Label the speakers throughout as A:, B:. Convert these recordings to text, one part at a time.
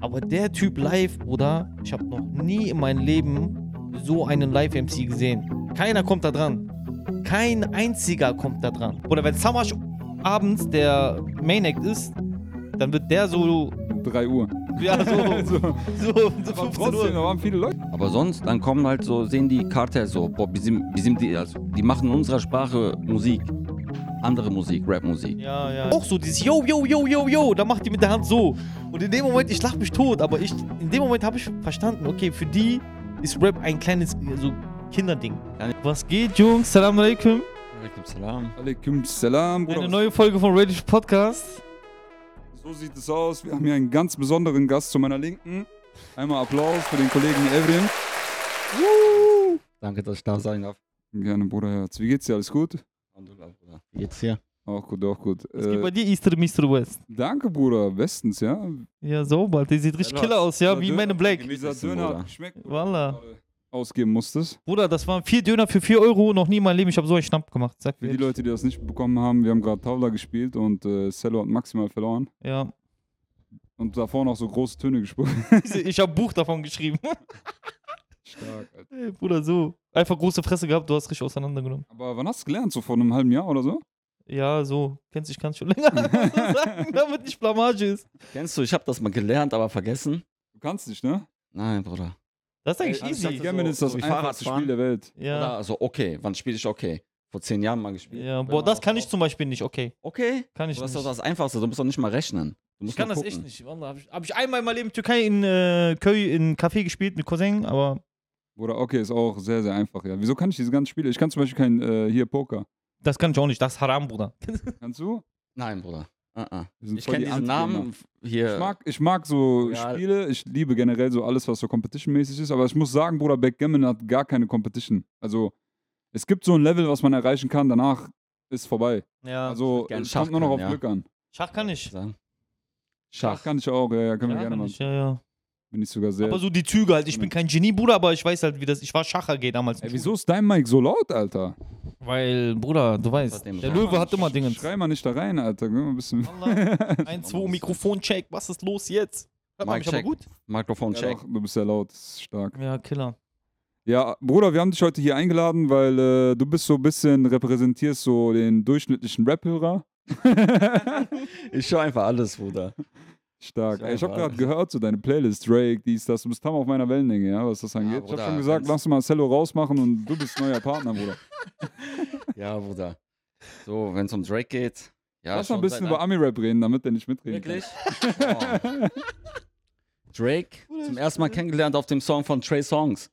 A: Aber der Typ live, Bruder, ich habe noch nie in meinem Leben so einen Live-MC gesehen. Keiner kommt da dran. Kein einziger kommt da dran. Oder wenn Samash abends der Main Act ist, dann wird der so,
B: 3 Uhr.
A: ja, so, so,
B: So.
A: so 15
B: Aber trotzdem, da
A: Uhr.
B: waren viele Leute.
C: Aber sonst, dann kommen halt so, sehen die Cartel so, boah, wir sind, wir sind die, also, die machen in unserer Sprache Musik. Andere Musik, Rap-Musik.
A: Ja, ja. Auch so dieses Yo, yo, yo, yo, yo, da macht die mit der Hand so. Und in dem Moment, ich lach mich tot, aber ich, in dem Moment habe ich verstanden, okay, für die ist Rap ein kleines, so Kinderding. Was geht, Jungs? Salam alaikum.
C: Salam.
B: Alaikum salam, Bruder.
A: Eine neue Folge von Radish Podcast.
B: So sieht es aus. Wir haben hier einen ganz besonderen Gast zu meiner Linken. Einmal Applaus für den Kollegen Evrim.
D: Danke, dass ich da sein darf.
B: Gerne, Bruder Herz. Wie geht's dir? Alles gut?
C: Alhamdulillah, Bruder.
D: Wie geht's dir?
B: Auch gut, auch gut.
A: Es gibt bei
B: Äh,
A: dir Easter Mr. West.
B: danke, Bruder. Bestens, ja?
A: Ja, so, Bald. Der sieht richtig
B: Ja,
A: killer aus, ja,
B: dieser
A: wie
B: Döner-
A: Men in Black.
B: Dieser
C: Essen,
B: Döner
C: Bruder.
B: hat geschmeckt. Bruder,
A: Wallah.
B: was du gerade Ausgeben musstest.
A: Bruder, das waren vier Döner für vier Euro, noch nie in meinem Leben. Ich habe so einen Schnapp gemacht. Sag
B: Für
A: mir.
B: die Leute, die das nicht bekommen haben, wir haben gerade Tavla gespielt und äh, Cello hat maximal verloren.
A: Ja.
B: Und davor noch so große Töne gespuckt.
A: Ich habe Buch davon geschrieben.
B: Stark, Alter.
A: Ey, Bruder, so. Einfach große Fresse gehabt, du hast richtig auseinandergenommen.
B: Aber wann hast du gelernt? So vor einem halben Jahr oder so?
A: Ja, so. Kennst dich ganz schon länger so sagen, damit nicht Blamage ist.
C: Kennst du, ich habe das mal gelernt, aber vergessen.
B: Du kannst nicht, ne?
C: Nein, Bruder.
A: Das ist eigentlich
C: Ey, ich
A: easy.
C: dachte-
B: Gammon
C: so-
B: ist das
C: Also so wie
B: einfachste
C: Fahrradfahren.
B: Spiel der Welt.
C: Oder,
A: Ja.
C: also, okay, wann spiele ich okay? Vor zehn Jahren mal gespielt.
A: ja.
C: Wenn
A: Boah,
C: man
A: das
C: was
A: kann ich
C: braucht.
A: zum Beispiel nicht. Okay.
C: Okay.
A: Kann ich
C: Das ist
A: nicht.
C: doch das Einfachste, du musst doch nicht mal rechnen. Du musst
A: Ich kann
C: nur
A: das echt
C: gucken.
A: nicht. Habe ich, hab ich einmal in meinem Leben in Türkei in äh, Köy in Café gespielt mit Cousin, aber
B: Oder okay, ist auch sehr, sehr einfach, ja. Wieso kann ich diese ganzen Spiele? Ich kann zum Beispiel kein äh, hier Poker.
A: das kann ich auch nicht. Das ist Haram, Bruder.
B: Kannst du?
C: Nein, Bruder. Uh -uh.
B: Wir sind
C: Ich
B: voll
C: kenne
B: die
C: diesen
B: Anti-Gamer.
C: Namen f- hier.
B: Ich mag, ich mag so
C: Ja.
B: Spiele, ich liebe generell so alles, was so competitionmäßig ist, aber ich muss sagen, Bruder, Backgammon hat gar keine Competition. Also, es gibt so ein Level, was man erreichen kann, danach ist vorbei.
A: Ja.
B: Also,
C: gern
B: es
C: Schach
B: kommt nur noch auf
C: können, ja.
B: Glück an.
A: Schach kann ich.
C: sagen.
B: Schach
C: Schach.
B: kann ich auch, ja, ja können wir
A: Ja,
B: gerne
A: kann
B: machen.
A: ich, ja, ja.
B: Bin ich sogar sehr.
A: Aber so die Züge halt. Ich bin kein Genie, Bruder, aber ich weiß halt, wie das. Ich war Schacher gay damals.
B: Ey, wieso ist dein Mic so laut, Alter?
A: Weil, Bruder, du weißt,
C: Seitdem
A: der
C: Schacher.
A: Löwe hat immer Dingens.
B: Schrei mal nicht da rein, Alter. Gib mal ein bisschen.
A: Allah. Ein, zwei Mikrofoncheck. Was ist los jetzt? Hört man
C: Mic
A: mich aber
C: check.
A: gut?
C: Mikrofon
B: Ja,
C: check.
B: doch, du bist ja laut, das ist stark.
A: Ja, Killer.
B: Ja, Bruder, wir haben dich heute hier eingeladen, weil äh, du bist so ein bisschen, repräsentierst so den durchschnittlichen Rap-Hörer.
C: Ich schau einfach alles, Bruder.
B: Stark.
C: Sehr
B: Ey, ich habe
C: wahr.
B: gerade gehört, so deine Playlist, Drake, dies, das. Du bist tam auf meiner Wellenlänge, ja, was das angeht. ich habe
C: Bruder,
B: schon gesagt,
C: wenn's-
B: lass mal Cello rausmachen und du bist neuer Partner, Bruder.
C: Ja, Bruder. So, wenn es um Drake geht. Ja,
B: lass mal ein
C: schon
B: bisschen
C: seit-
B: über Ami-Rap reden, damit der nicht mitreden
C: Wirklich? Boah. Drake zum ersten Mal kennengelernt auf dem Song von Trey Songs.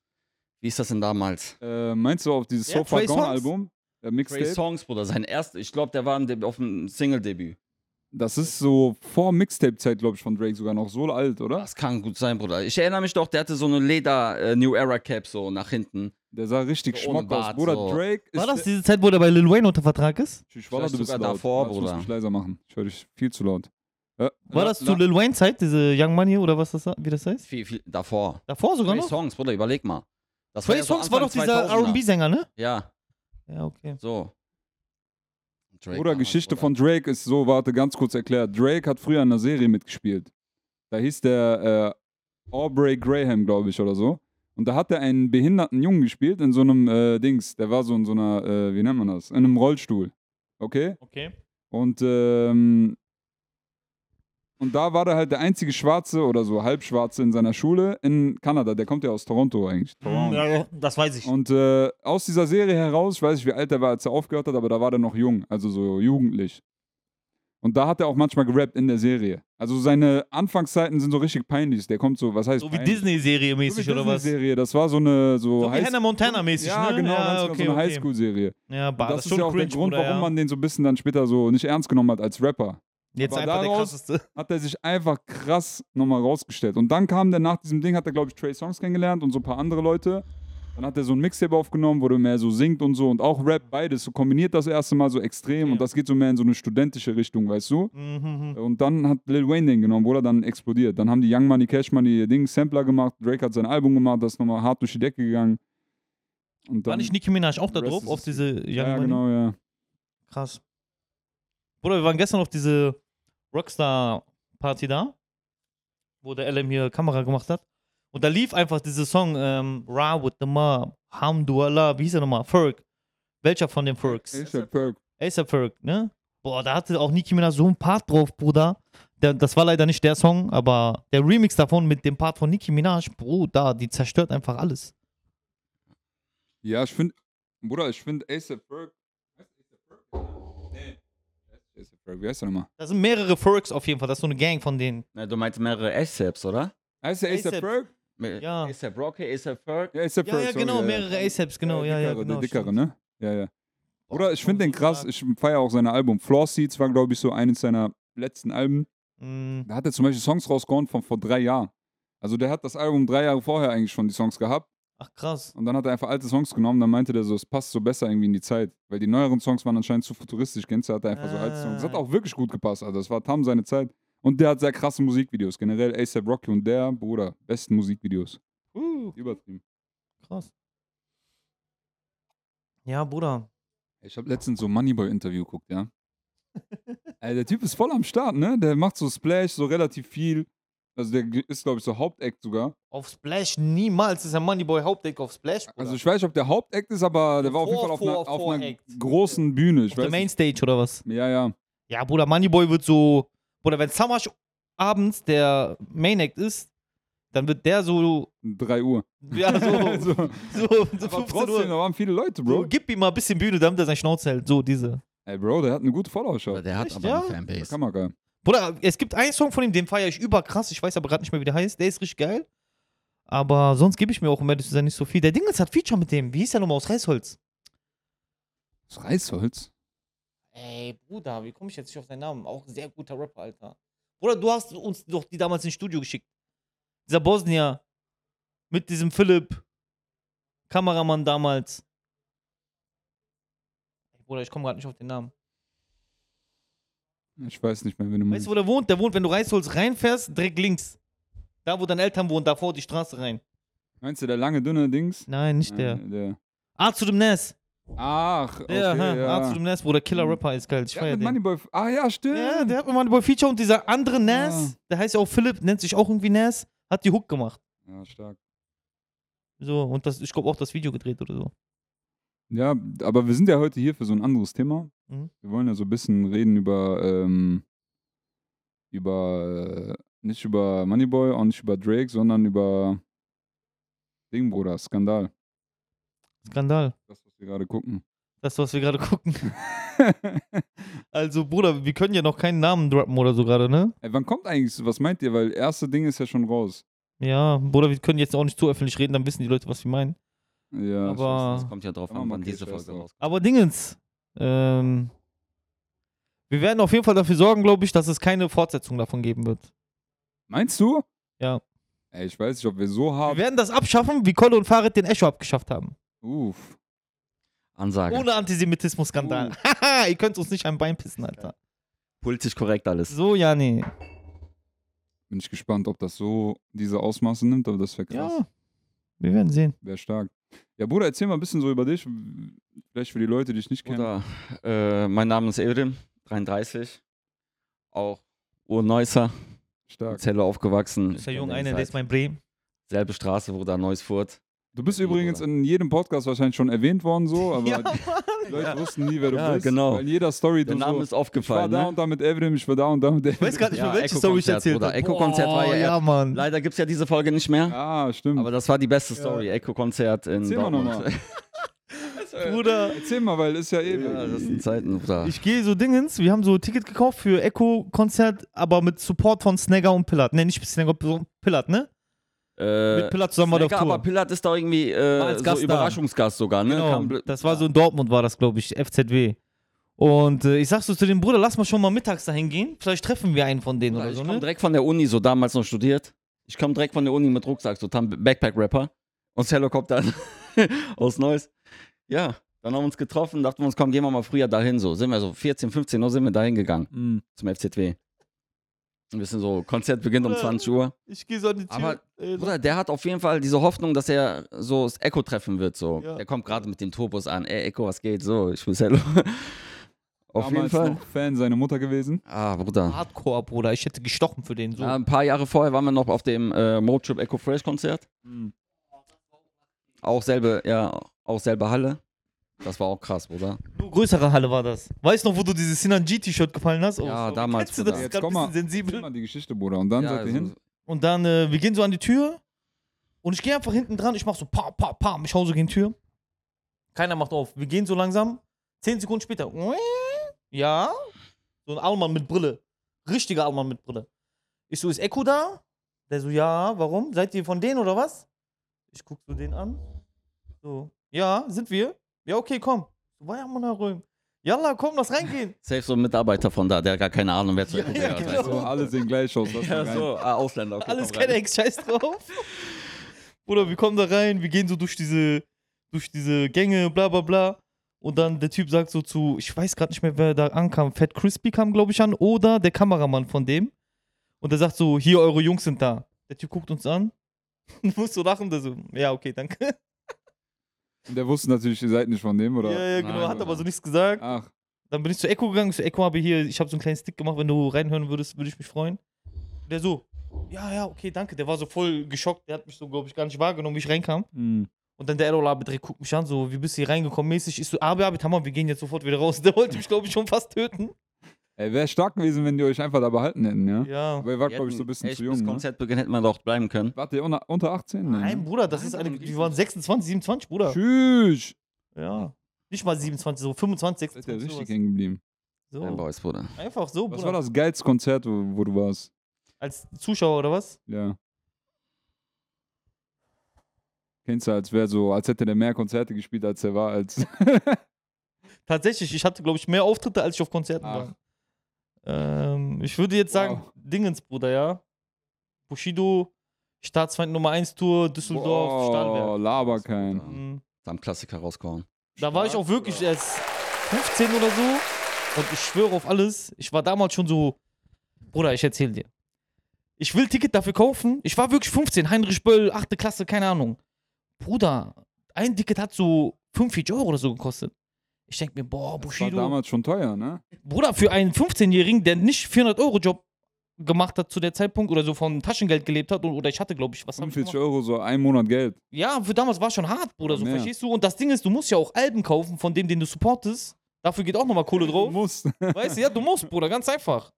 C: Wie ist das denn damals?
B: kann. Äh, meinst du auf dieses
A: Ja,
B: Sofa
A: Trey Songs.
B: Gone-Album? Der
C: Trey
B: Mixtape?
C: Songs, Bruder, sein erster. Ich glaube, der war im De- auf dem Single-Debüt.
B: Das ist so vor Mixtape-Zeit, glaube ich, von Drake sogar noch so alt, oder?
C: Das kann gut sein, Bruder. Ich erinnere mich doch, der hatte so eine äh, Leder-New-Era-Cap so nach hinten.
B: Der sah richtig
C: So ohne
B: schmock aus.
C: Bart,
B: Bruder,
C: so.
B: Drake ist.
A: War das diese Zeit, wo der bei Lil Wayne unter Vertrag ist?
B: Tschüss, Walla,
C: Vielleicht
B: du bist
C: sogar
B: laut.
C: davor,
B: Walla, Ich
C: Bruder.
B: muss mich leiser machen. Ich höre dich viel zu laut. Ja.
A: War
B: La-
A: das zu
B: la-
A: Lil Wayne Zeit, diese Young Money oder was das, wie das heißt?
C: Viel, viel davor.
A: Davor sogar
C: Trey
A: noch?
C: Songs, Bruder, überleg mal. Das
A: Trey
C: ja so
A: Songs war doch
C: Anfang
A: dieser
C: 2000er.
A: R&B-Sänger, ne?
C: Ja,
A: Ja, okay.
C: so. Drake
B: Bruder,
C: damals,
B: Geschichte
C: Bruder.
B: von Drake ist so, warte, ganz kurz erklärt. Drake hat früher in einer Serie mitgespielt. Da hieß der äh, Aubrey Graham, glaube ich, oder so. Und da hat er einen behinderten Jungen gespielt in so einem äh, Dings. Der war so in so einer, äh, wie nennt man das? In einem Rollstuhl. Okay?
A: Okay.
B: Und, ähm, und da war der halt der einzige Schwarze oder so Halbschwarze in seiner Schule in Kanada. Der kommt ja aus Toronto eigentlich. Toronto.
A: Mhm. das weiß ich.
B: Und äh, aus dieser Serie heraus, ich weiß nicht, wie alt er war, als er aufgehört hat, aber da war der noch jung, also so jugendlich. Und da hat er auch manchmal gerappt in der Serie. Also seine Anfangszeiten sind so richtig peinlich. Der kommt so, was heißt
A: So wie
B: peinlich?
A: Disney-Serie
B: So wie
A: mäßig oder was? So
B: Disney-Serie, das war so eine so,
A: wie
B: High-
A: Hannah Montana mäßig,
B: Ja,
A: ne?
B: genau, ganz
A: ja,
B: genau, so eine Highschool-Serie.
A: Ja,
B: Und
A: bah,
B: Das
A: das
B: ist
A: schon
B: ja auch
A: cringe,
B: der Grund,
A: Bruder,
B: warum
A: ja.
B: man den so ein bisschen dann später so nicht ernst genommen hat als Rapper.
A: Jetzt
B: Aber
A: einfach der
B: daraus-
A: krasseste.
B: Hat er sich einfach krass nochmal rausgestellt. Und dann kam der nach diesem Ding, hat er, glaube ich, Trey Songs kennengelernt und so ein paar andere Leute. Dann hat er so ein Mixtape aufgenommen, wo du mehr so singt und so und auch Rap, beides. So kombiniert das erste Mal so extrem und das geht so mehr in so eine studentische Richtung, weißt du?
A: Mhm.
B: Und dann hat Lil Wayne den genommen, wo er dann explodiert. Dann haben die Young Money, Cash Money ihr Ding, Sampler gemacht, Drake hat sein Album gemacht, das ist nochmal hart durch die Decke gegangen. Und dann,
A: War nicht Nicki Minaj auch da
B: Rest
A: drauf,
B: is
A: auf diese Young
B: ja,
A: Money?
B: genau, ja.
A: Krass. Bruder, wir waren gestern auf diese Rockstar-Party da. wo der LM hier Kamera gemacht hat. Und da lief einfach dieser Song ähm, Ra with the Ma, Hamdullah, wie hieß er nochmal? Ferg. Welcher von den Fergs?
B: Ist der Perk.
A: ASAP Ferg, ne? Boah, da hatte auch Nicki Minaj so einen Part drauf, Bruder. Der, das war leider nicht der Song, aber der Remix davon mit dem Part von Nicki Minaj, Bruder, die zerstört einfach alles.
B: Ja, ich finde, Bruder, ich finde ASAP Ferg. Heißt A$AP Ferg? Nee. A$AP Ferg, Wie heißt der nochmal?
A: Da sind mehrere Fergs auf jeden Fall, das ist so eine Gang von denen.
C: Na, du meinst mehrere ASAPs, oder?
B: Heißt der A$AP
A: A$AP.
B: Ferg?
A: Ja.
C: ASAP Rocky, ASAP Ferg.
B: Ja, A$AP
A: Ja,
B: Ferg.
A: ja,
B: Äh, sorry,
A: genau, mehrere ASAPs, genau, ja,
B: der
A: ja,
B: dickere,
A: genau.
B: Der dickere,
A: stimmt.
B: ne? Ja, ja. Oder ich
A: schon
B: finde den
A: so
B: krass,
A: stark.
B: ich feiere auch seine Album. Floor Seats war, glaube ich, so eines seiner letzten Alben.
A: Mm,
B: Da hat er zum Beispiel Songs rausgehauen von vor drei Jahren. Also der hat das Album drei Jahre vorher eigentlich schon die Songs gehabt.
A: Ach krass.
B: Und dann hat er einfach alte Songs genommen. Dann meinte der so, es passt so besser irgendwie in die Zeit. Weil die neueren Songs waren anscheinend zu futuristisch. Kennst du, hat er einfach so alte Songs. Das hat
A: Ah.
B: auch wirklich gut gepasst. Also das war Tam seine Zeit. Und der hat sehr krasse Musikvideos. Generell ASAP Rocky und der, Bruder, besten Musikvideos.
A: Uh,
B: Übertrieben.
A: krass. Ja, Bruder.
B: Ich habe letztens so Moneyboy-Interview geguckt, ja. Ey, der Typ ist voll am Start, ne? Der macht so Splash, so relativ viel. Also der ist, glaube ich, so Hauptact sogar.
A: Auf Splash niemals ist ein Moneyboy Hauptdeck auf Splash, Bruder.
B: Also ich weiß nicht, ob der Hauptact ist, aber der war auf jeden
A: Vor-
B: Fall auf, einer-
A: vor-
B: auf einer
A: Voract.
B: großen Bühne. Ich
A: auf
B: weiß
A: der Mainstage oder was?
B: nicht. Ja, ja.
A: Ja, Bruder, Moneyboy wird so. Bruder, wenn Samash abends der Main Act ist, dann wird der so.
B: 3 Uhr.
A: Ja, so.
B: Also, aber
A: so, so 15
B: trotzdem, da
A: Uhr.
B: waren viele Leute,
A: So,
B: Bro.
A: gib ihm mal ein bisschen Bühne, damit er seine Schnauze hält. So, diese.
B: Ey, Bro, der hat eine gute Followerschaft.
C: Der hat
A: Echt,
C: aber
A: ja?
C: eine
B: Das
C: Fanbase.
B: kann man geil.
A: Bruder, es gibt einen Song von ihm, den feiere ich überkrass. Ich weiß aber gerade nicht mehr, wie der heißt. Der ist richtig geil. Aber sonst gebe ich mir auch, um ehrlich zu sein, nicht so viel. Der Dingens hat Feature mit dem. Wie hieß der nochmal aus Reisholz?
B: Das Reisholz.
A: Ey, Bruder, wie komme ich jetzt nicht auf deinen Namen? Auch ein sehr guter Rapper, Alter. Bruder, du hast uns doch die damals ins Studio geschickt. Dieser Bosnier mit diesem Philipp, Kameramann damals. Ey, Bruder, ich komme gerade nicht auf den Namen.
B: Ich weiß nicht mehr, wenn du
A: Weißt
B: meinst.
A: du, wo der wohnt? Der wohnt, wenn du Reisholz reinfährst, direkt links. Da, wo deine Eltern wohnen, davor die Straße rein.
B: Meinst du der lange, dünne Dings?
A: Nein, nicht der.
B: Nein, der.
A: Ah, zu dem Ness.
B: Ach, okay,
A: Der, ha,
B: ja.
A: Ah, zu dem Ness, Bruder, Killer
B: Mhm.
A: Rapper ist geil. Ich
B: der hat
A: feier
B: mit
A: den.
B: Moneyboy. Ah ja, stimmt.
A: Ja, der hat mir mal über Feature und dieser andere Nas,
B: Ja.
A: der heißt ja auch Philipp, nennt sich auch irgendwie Nas, hat die Hook gemacht.
B: ja, stark.
A: So, und das, ich glaube auch das Video gedreht oder so.
B: Ja, aber wir sind ja heute hier für so ein anderes Thema.
A: Mhm.
B: Wir wollen ja so ein bisschen reden über, ähm, über, äh, nicht über Moneyboy und nicht über Drake, sondern über Ding, Bruder, Skandal.
A: Skandal.
B: Das, was wir gerade gucken.
A: Das, was wir gerade gucken. Also, Bruder, wir können ja noch keinen Namen droppen oder so gerade, ne?
B: Ey, wann kommt eigentlich, was meint ihr? Weil erste Ding ist ja schon raus.
A: Ja, Bruder, wir können jetzt auch nicht zu öffentlich reden, dann wissen die Leute, was wir meinen.
B: Ja,
A: Aber-
C: Das kommt ja drauf
B: Ja,
C: an,
B: man
C: wann
B: geht
C: diese
B: scheiß
C: Folge
B: drauf.
C: rauskommt.
A: Aber Dingens, ähm, wir werden auf jeden Fall dafür sorgen, glaube ich, dass es keine Fortsetzung davon geben wird.
B: meinst du?
A: Ja.
B: Ey, ich weiß nicht, ob wir so
A: Wir
B: hart.
A: werden das abschaffen, wie Kolle und Farid den Echo abgeschafft haben.
B: Uff.
C: Ansage.
A: Ohne Antisemitismus-Skandal. Haha, ihr könnt uns nicht am Bein pissen, Alter.
C: Politisch korrekt alles.
A: So, Jani.
B: Bin ich gespannt, ob das so diese Ausmaße nimmt, aber das wäre krass.
A: Ja. Wir werden sehen.
B: Wäre stark. Ja, Bruder, erzähl mal ein bisschen so über dich. Vielleicht für die Leute, die dich nicht kennen.
C: Oder, äh, mein Name ist Evrim, 33. Auch Urneusser, in
B: Stark.
C: Zelle aufgewachsen.
A: Ist
C: Ich
A: ja jung,
C: bin
A: einer, der
C: seit-
A: ist mein Bremen.
C: Selbe Straße, wo da Neusfurt.
B: Du bist
C: Ja,
B: übrigens
C: Bruder.
B: in jedem Podcast wahrscheinlich schon erwähnt worden, so, aber
A: Ja,
B: die Leute
C: Ja.
B: wussten nie, wer du
C: Ja,
B: bist.
C: genau.
B: Weil in jeder Story
C: Der
B: du
C: Name
B: so,
C: ist
B: ich war
C: aufgefallen.
B: da
C: Ne?
B: und da mit Evrim, ich war da und da mit
A: Ich weiß
B: Evrim.
A: gar nicht mehr,
C: Ja,
A: welche Story ich
C: Echo-Konzert,
A: erzählt
C: Bruder.
A: habe.
C: Echo-Konzert war ja-
A: Oh, Ja, Mann.
C: Leider gibt es ja diese Folge nicht mehr.
B: Ah, stimmt.
C: Aber das war die beste Story, Echo-Konzert in
B: Erzähl mal nochmal.
C: Dortmund. Äh.
A: Bruder,
B: Erzähl mal, weil ist ja ewig.
C: Ja, das sind Zeiten, Bruder.
A: ich gehe so Dingens. Wir haben so ein Ticket gekauft für Echo-Konzert, aber mit Support von Snagger und Pillard. Ne, nicht Snagger, sondern Pillard, ne?
C: äh,
A: Mit Pillard zusammen war der
C: Snagger,
A: auf Tour.
C: Aber Pillard ist da irgendwie
A: War
C: äh,
A: als
C: so
A: Gast da.
C: Überraschungsgast sogar, ne?
A: Genau,
C: Kam bl-
A: das war so in Dortmund, war das, glaube ich, FZW. Und äh, ich sag so zu dem Bruder, lass mal schon mal mittags dahin gehen. Vielleicht treffen wir einen von denen
C: Bruder,
A: oder
C: ich
A: so,
C: komme
A: ne?
C: direkt von der Uni, so damals noch studiert. Ich komme direkt von der Uni mit Rucksack, so tam- Backpack-Rapper. Aus Helikopter aus Neuss. Ja, dann haben wir uns getroffen, dachten wir uns, komm, gehen wir mal früher dahin. So sind wir so 14, 15 Uhr sind wir dahin gegangen
B: Mhm.
C: zum FCW. Ein bisschen so, Konzert beginnt um
A: Bruder.
C: 20 Uhr.
A: Ich gehe so an die Tür.
C: Aber,
A: äh,
C: Bruder, der hat auf jeden Fall diese Hoffnung, dass er so das Echo treffen wird. So.
A: Ja.
C: Der kommt gerade mit dem Turbus an. Ey, Echo, was geht? So, ich will Hello. Auf jeden
B: Damals
C: Fall.
B: noch Fan seiner Mutter gewesen.
C: Ah, Bruder.
A: Hardcore, Bruder. Ich hätte gestochen für den so.
C: Ja, ein paar Jahre vorher waren wir noch auf dem äh, Motrip Echo Fresh Konzert.
A: Hm.
C: Auch selbe, ja, auch selbe Halle. Das war auch krass, Bruder.
A: Nur größere Halle war das. Weißt noch, wo du dieses Sinan G-T-Shirt gefallen hast? Oh,
C: Ja, damals,
A: Kennst du das?
C: Bruder.
A: Ist
B: Jetzt
A: grad ein
B: komm mal.
A: bisschen sensibel.
B: Erzähl mal die Geschichte, Bruder. Und dann
C: ja, also
B: seid ihr
C: so-
B: hin.
A: Und dann, äh, wir gehen so an die Tür. Und ich gehe einfach hinten dran. Ich mach so pa, pa, pa. Ich hau so gegen die Tür. Keiner macht auf. Wir gehen so langsam. Zehn Sekunden später. Ja. So ein Allmann mit Brille. Richtiger Allmann mit Brille. Ich so, ist Eko da? Der so, ja, warum? Seid ihr von denen oder was? Ich guck so den an. So, ja, sind wir? Ja, okay, komm. So, war ja mal ruhig. Jalla, komm, lass reingehen.
C: Safe so ein Mitarbeiter von da, der gar keine Ahnung, wer zu
A: Ja, ja,
C: gehört
A: genau.
C: hat.
B: So, alle sehen gleich aus. Lass mal
C: Ja,
B: rein.
C: so, ah, Ausländer. Okay,
A: Alles
C: komm rein.
A: Kennex, scheiß drauf. Bruder, wir kommen da rein, wir gehen so durch diese, durch diese Gänge, bla bla bla. Und dann der Typ sagt so zu, ich weiß gerade nicht mehr, wer da ankam. Fat Crispy kam, glaube ich, an oder der Kameramann von dem. Und der sagt so, hier, eure Jungs sind da. Der Typ guckt uns an. Du musst so lachen, der so, ja, okay, danke.
B: Und der wusste natürlich, ihr seid nicht von dem,
A: Ja,
B: oder?
A: ja, genau,
C: Nein,
A: hat aber
C: Bruder.
A: so nichts gesagt.
B: Ach,
A: Dann bin ich zu Echo gegangen. Ich so, Echo habe hier, ich habe so einen kleinen Stick gemacht. Wenn du reinhören würdest, würde ich mich freuen. Der so, ja, ja, okay, danke. Der war so voll geschockt. Der hat mich so, glaube ich, gar nicht wahrgenommen, wie ich reinkam.
B: hm.
A: Und dann der Errol Abedreh guckt mich an, so, wie bist du hier reingekommen? Mäßig. Ich so, Abi, Abi, Hammer, wir gehen jetzt sofort wieder raus. Der wollte mich, glaube ich, schon fast töten.
B: Ey, wäre stark gewesen, wenn die euch einfach da behalten hätten, ja?
A: Ja.
B: Aber ihr wart,
C: Wir
B: glaube ich,
C: hätten
B: so ein bisschen
C: echt
B: zu jung.
C: Bis
B: Ne?
C: Konzertbeginn hätten wir doch bleiben können.
B: Wart ihr unter, unter 18? ne?
A: Nein, Bruder, das ist eine, die waren 26, 27, Bruder.
B: Tschüss.
A: Ja. Nicht mal 27, so 25,
B: Seid ihr
A: 26.
B: richtig
A: sowas.
B: hängen geblieben.
C: Dein
A: So.
C: Boys, Bruder.
A: Einfach so,
B: Was war
A: Bruder.
B: das geilste Konzert, wo, wo du warst?
A: Als Zuschauer oder was?
B: Ja. Kennst du, als wäre so, als hätte der mehr Konzerte gespielt, als er war, als.
A: Tatsächlich, ich hatte, glaube ich, mehr Auftritte, als ich auf Konzerten
B: Ach.
A: war. Ähm, ich würde jetzt sagen,
B: Wow.
A: Dingens, Bruder, ja. Bushido, Staatsfeind Nummer 1 Tour, Düsseldorf, Stahlwerk.
B: laber kein.
A: Mhm.
C: Da haben Klassiker rausgehauen.
A: Da war ich auch wirklich erst 15 oder so. Und ich schwöre auf alles. Ich war damals schon so, Bruder, ich erzähl dir. Ich will Ticket dafür kaufen. Ich war wirklich 15, Heinrich Böll, 8. Klasse, keine Ahnung. Bruder, ein Ticket hat so 45 Euro oder so gekostet. Ich denke mir, boah,
B: Das war
A: Bushido.
B: damals schon teuer, ne?
A: Bruder, für einen 15-Jährigen, der nicht 400-Euro-Job gemacht hat zu der Zeitpunkt oder so von Taschengeld gelebt hat, oder ich hatte, glaube ich, was hab ich
B: 45
A: gemacht?
B: Euro, so ein Monat Geld.
A: Ja, für damals war schon hart, Bruder, so
B: Ja.
A: verstehst du? Und das Ding ist, du musst ja auch Alben kaufen von dem, den du supportest. Dafür geht auch nochmal Kohle
B: Du
A: drauf.
B: musst.
A: weißt du, ja, du musst, Bruder, ganz einfach.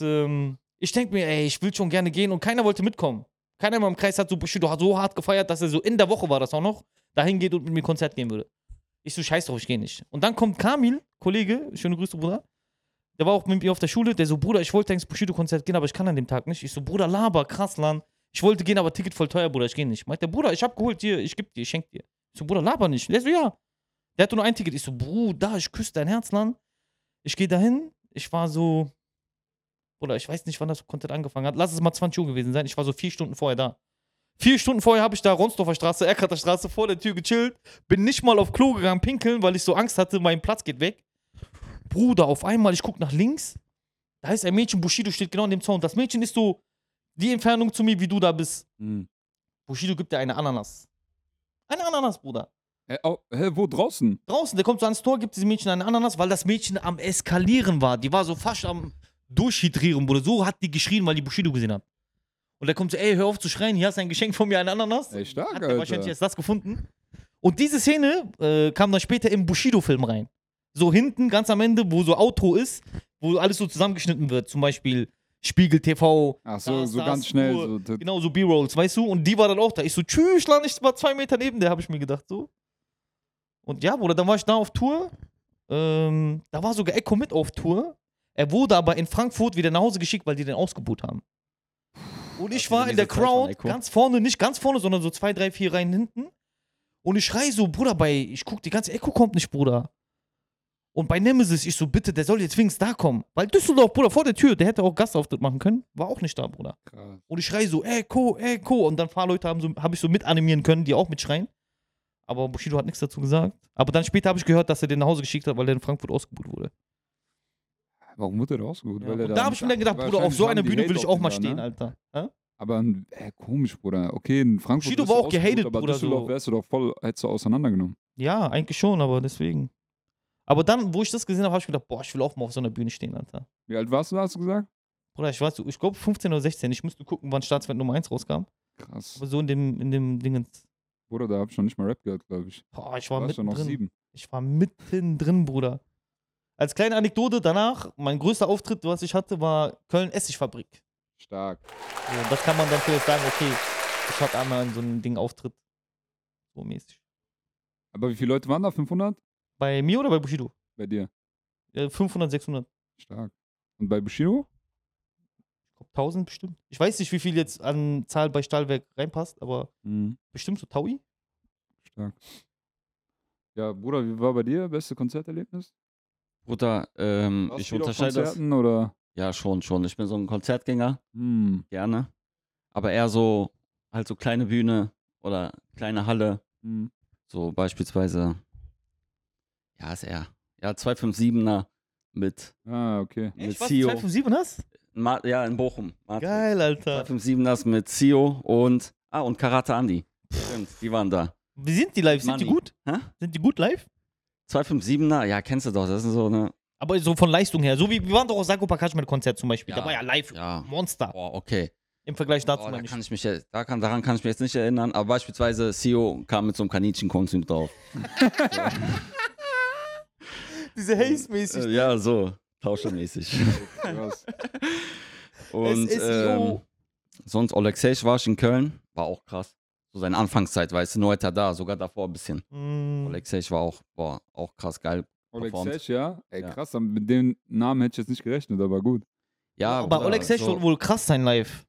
A: Und, ähm, ich denke mir, ey, ich will schon gerne gehen und keiner wollte mitkommen. Keiner in meinem Kreis hat so Bushido hat so hart gefeiert, dass er so in der Woche war das auch noch, dahin geht und mit mir Konzert gehen würde. Ich so, scheiß drauf, ich gehe nicht. Und dann kommt Kamil, Kollege, schöne Grüße, Bruder. Der war auch mit mir auf der Schule, der so, Bruder, ich wollte ins Bushido-Konzert gehen, aber ich kann an dem Tag nicht. Ich so, Bruder, laber, krass, Lan. Ich wollte gehen, aber Ticket voll teuer, Bruder, ich gehe nicht. Meint der, Bruder, ich hab geholt, hier, ich geb dir, ich schenk dir. Ich so, Bruder, laber nicht. Der so, ja. Der hatte nur ein Ticket. Ich so, Bruder, ich küsse dein Herz, Lan. Ich gehe dahin, ich war so, Bruder, ich weiß nicht, wann das Content angefangen hat. Lass es mal 20 Uhr gewesen sein. Ich war so vier Stunden vorher da. Vier Stunden vorher habe ich da Ronsdorfer Straße, Erkrater Straße vor der Tür gechillt. Bin nicht mal auf Klo gegangen pinkeln, weil ich so Angst hatte, mein Platz geht weg. Bruder, auf einmal, ich gucke nach links. Da ist ein Mädchen, Bushido steht genau an dem Zaun. Das Mädchen ist so die Entfernung zu mir, wie du da bist.
B: Hm.
A: Bushido gibt dir eine Ananas. Eine Ananas, Bruder.
B: Hä, au- hä, wo draußen?
A: Draußen, der kommt so ans Tor, gibt diesem Mädchen eine Ananas, weil das Mädchen am Eskalieren war. Die war so fast am Durchhydrieren, Bruder. So hat die geschrien, weil die Bushido gesehen hat. Und der kommt so, ey, hör auf zu schreien, hier hast du ein Geschenk von mir, eine Ananas.
B: Ey, stark,
A: hat der wahrscheinlich
B: Alter.
A: erst das gefunden. Und diese Szene äh, kam dann später im Bushido-Film rein. So hinten, ganz am Ende, wo so Outro ist, wo alles so zusammengeschnitten wird. Zum Beispiel Spiegel TV,
B: Ach so,
A: Das,
B: so
A: das,
B: ganz schnell.
A: Uhr.
B: So, t-
A: genau so B-Rolls, weißt du? Und die war dann auch da. Ich so, tschüss, lande ich war zwei Meter neben der, habe ich mir gedacht, so. Und ja, Bruder, dann war ich da auf Tour. Ähm, da war sogar Echo mit auf Tour. Er wurde aber in Frankfurt wieder nach Hause geschickt, weil die den ausgebucht haben. Und ich
C: Das
A: war
C: ist
A: in der
C: diese Zeit von
A: Crowd,
C: Echo.
A: ganz vorne, nicht ganz vorne, sondern so zwei, drei, vier Reihen hinten. Und ich schrei so, Bruder, bei, ich guck, die ganze Echo kommt nicht, Bruder. Und bei Nemesis, ich so, bitte, der soll jetzt wenigstens da kommen. Weil Düsseldorf, Bruder, vor der Tür, der hätte auch Gastauftritt machen können, war auch nicht da, Bruder.
B: Krass.
A: Und ich schrei so, Echo, Echo. Und dann ein paar Leute haben so, habe ich so mit animieren können, die auch mitschreien. Aber Bushido hat nichts dazu gesagt. Aber dann später habe ich gehört, dass er den nach Hause geschickt hat, weil der in Frankfurt ausgebucht wurde.
B: Warum wurde der rausgeholt?
A: Ja.
B: Weil er
A: Und da habe ich mir dann gedacht, Bruder, auf
B: wahrscheinlich
A: so einer
B: haben die
A: Bühne
B: Hate
A: will ich
B: auf
A: auch
B: den
A: mal
B: da,
A: stehen,
B: ne?
A: Alter. Hä?
B: Aber ein- hä, komisch, Bruder. Okay, in Frankfurt.
A: Bushido
B: wirst du
A: war auch gehatet,
B: ausgebucht, aber
A: Bruder,
B: Düsseldorf
A: so.
B: wärst du doch voll, hättest du auseinandergenommen.
A: Ja, eigentlich schon, aber deswegen. Aber dann, wo ich das gesehen habe, habe ich gedacht, boah, ich will auch mal auf so einer Bühne stehen, Alter.
B: Wie alt warst du, da, hast du gesagt?
A: Bruder, ich weiß, ich glaube 15 oder 16. Ich müsste gucken, wann Staatsfeind Nummer 1 rauskam.
B: Krass.
A: Aber so in dem, in dem Dingens.
B: Bruder, da hab ich noch nicht mal Rap gehört, glaube ich.
A: Boah, ich
B: Da
A: war
B: warst du noch
A: mittendrin.
B: sieben.
A: Ich war mittendrin, Bruder. Als kleine Anekdote danach, mein größter Auftritt, was ich hatte, war Köln Essigfabrik.
B: Stark.
A: So, und das kann man dann vielleicht sagen, okay, ich hatte einmal in so einem Ding Auftritt. So mäßig.
B: Aber wie viele Leute waren da? 500?
A: Bei mir oder bei Bushido?
B: Bei dir.
A: Äh, 500, 600,
B: Stark. Und bei Bushido?
A: 1000 bestimmt. Ich weiß nicht, wie viel jetzt an Zahl bei Stahlwerk reinpasst, aber
B: Mhm.
A: bestimmt so Taui.
B: Stark. Ja, Bruder, wie war bei dir? Beste Konzerterlebnis?
C: Bruder, ähm,
B: Warst
C: ich
B: du viel auf
C: unterscheide das.
B: Konzerten oder?
C: Ja, schon, schon. Ich bin so ein Konzertgänger,
B: Hm.
C: gerne. Aber eher so, halt so kleine Bühne oder kleine Halle.
B: Hm.
C: So beispielsweise, ja, ist er. Ja, 257er mit,
B: Ah, okay.
C: mit E
A: was,
C: Sio.
A: 257 hast?
C: Ma ja, in Bochum. Matrix.
A: Geil, Alter.
C: 257ers mit Sio und, ah, und Karate Andi. Stimmt, die waren da.
A: Wie sind die live? Sind die
C: Money.
A: gut?
C: Hä?
A: Sind die gut live?
C: 257er, ja, kennst du doch, das ist so eine.
A: Aber so von Leistung her. So wie wir waren doch auf Sakopa Kaschmann Konzert zum Beispiel.
C: Ja.
A: Da war ja live
C: Ja.
A: Monster.
C: Boah, okay.
A: Im Vergleich dazu
C: Boah, Oh, da
A: meine ich.
C: kann ich mich, jetzt- da kann, daran kann ich mich jetzt nicht erinnern, aber beispielsweise Sio kam mit so einem Kaninchenkonsum drauf.
A: Diese
C: Äh, ja, so, tauschermäßig.
B: Krass.
C: Und ähm,
A: SSIO.
C: sonst Alexej war ich in Köln, war auch krass. So seine Anfangszeit, weißt du, nur hätte er da, sogar davor ein bisschen.
B: Mhm.
A: Mm.
C: Alexej war auch, boah, auch krass geil.
B: Oleg
C: Performt.
B: Sech, ja? Ey,
C: Ja.
B: krass, dann mit dem Namen hätte ich jetzt nicht gerechnet, aber gut.
C: Ja,
A: aber
C: Bruder,
A: Oleg Sech
C: so-
A: wird wohl krass sein live.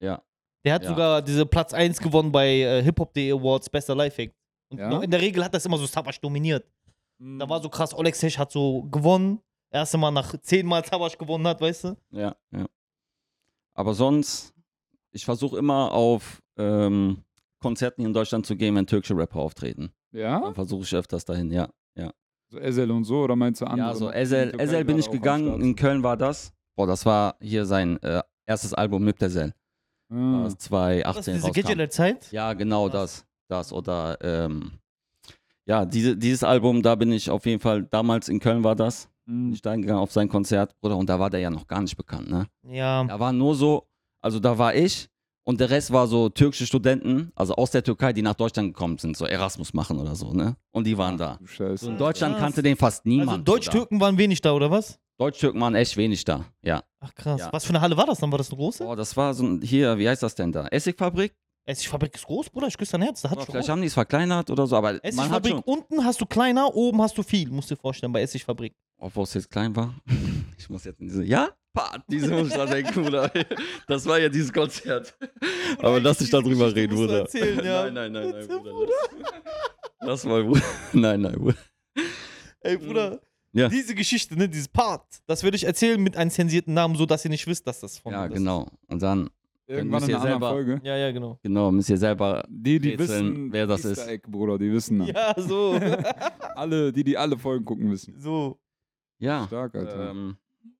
C: Ja.
A: Der hat
C: Ja.
A: sogar diese Platz 1 gewonnen bei äh, Hip-Hop.de Awards, bester Live-Hack. Und
B: Ja?
A: noch- in der Regel hat das immer so Savage dominiert.
C: Mm.
A: Da war so krass, Oleg Sech hat so gewonnen. Erste Mal nach zehnmal Savage gewonnen hat, weißt du?
C: Ja, ja. Aber sonst, ich versuche immer auf ähm, Konzerten hier in Deutschland zu gehen, wenn türkische Rapper auftreten.
B: Ja?
C: Dann versuche ich öfters dahin, ja.
B: So Ezel und so, oder meinst du andere?
C: ja, so
B: Die
C: Ezel,
B: Türkei
C: Ezel bin
B: gerade
C: ich
B: auch am
C: gegangen,
B: Start.
C: in Köln war das. Boah, das war hier sein äh, erstes Album mit Ezel,
B: Ah.
C: was 2018
A: Das ist diese
C: rauskam.
A: Digital-Zeit.
C: Ja, genau
A: Krass.
C: das. Das oder, ähm, ja, diese, dieses Album, da bin ich auf jeden Fall, damals in Köln war das, bin
B: Hm.
C: ich da hingegangen auf sein Konzert, Bruder, und da war der ja noch gar nicht bekannt, ne?
A: Hm. Ja.
C: Da war nur so, also da war ich und der Rest war so türkische Studenten, also aus der Türkei, die nach Deutschland gekommen sind, so Erasmus machen oder so, ne? Und die waren da.
B: Du Scheiße.
C: So in Deutschland
A: Krass.
C: kannte den fast niemand.
A: also
C: Bruder.
A: Deutsch-Türken waren wenig da, oder was?
C: Deutsch-Türken waren echt wenig da, ja.
A: Ach krass.
C: Ja. Oh.
A: Was für eine Halle war das dann? War das eine große?
C: Boah, das war so ein, hier, wie heißt das denn da? Essigfabrik?
A: Essigfabrik ist groß, Bruder. Ich küsse dein Herz. Da hat
C: Oder
A: schon
C: Oh, vielleicht haben die es verkleinert oder so, aber man hat schon,
A: Essigfabrik unten hast du kleiner, oben hast du viel, musst du dir vorstellen, bei Essigfabrik.
C: obwohl es jetzt klein war. Ich muss jetzt in diese, ja? Pat, diese muss ich da denken, Bruder. Das war ja dieses Konzert. Aber lass dich
A: diese
C: darüber
A: Geschichte
C: reden,
A: musst du
C: Bruder.
A: erzählen, ja.
C: Nein, nein, nein, nein,
A: Bitte,
C: Bruder. Lass lass mal, Bruder. Nein, nein, Bruder.
A: Ey, Bruder,
C: Ja.
A: Mhm. diese Geschichte, ne, dieses Part, das würde ich erzählen mit einem zensierten Namen, so dass ihr nicht wisst, dass das von
C: Ja,
A: mir ist.
C: genau. Und dann,
B: Irgendwann
C: müsst
B: in
C: ihr
B: einer anderen
C: selber-
B: Folge.
A: Ja, ja, genau.
C: genau, müsst ihr selber.
B: Die, die
C: Rätseln,
B: wissen,
C: wer das
B: Easter
C: ist.
B: Egg, Bruder, die wissen. das.
A: Ja, so.
B: Alle, die, die alle Folgen gucken, wissen.
A: so.
C: Ja.
B: Stark, Alter.
C: Ähm,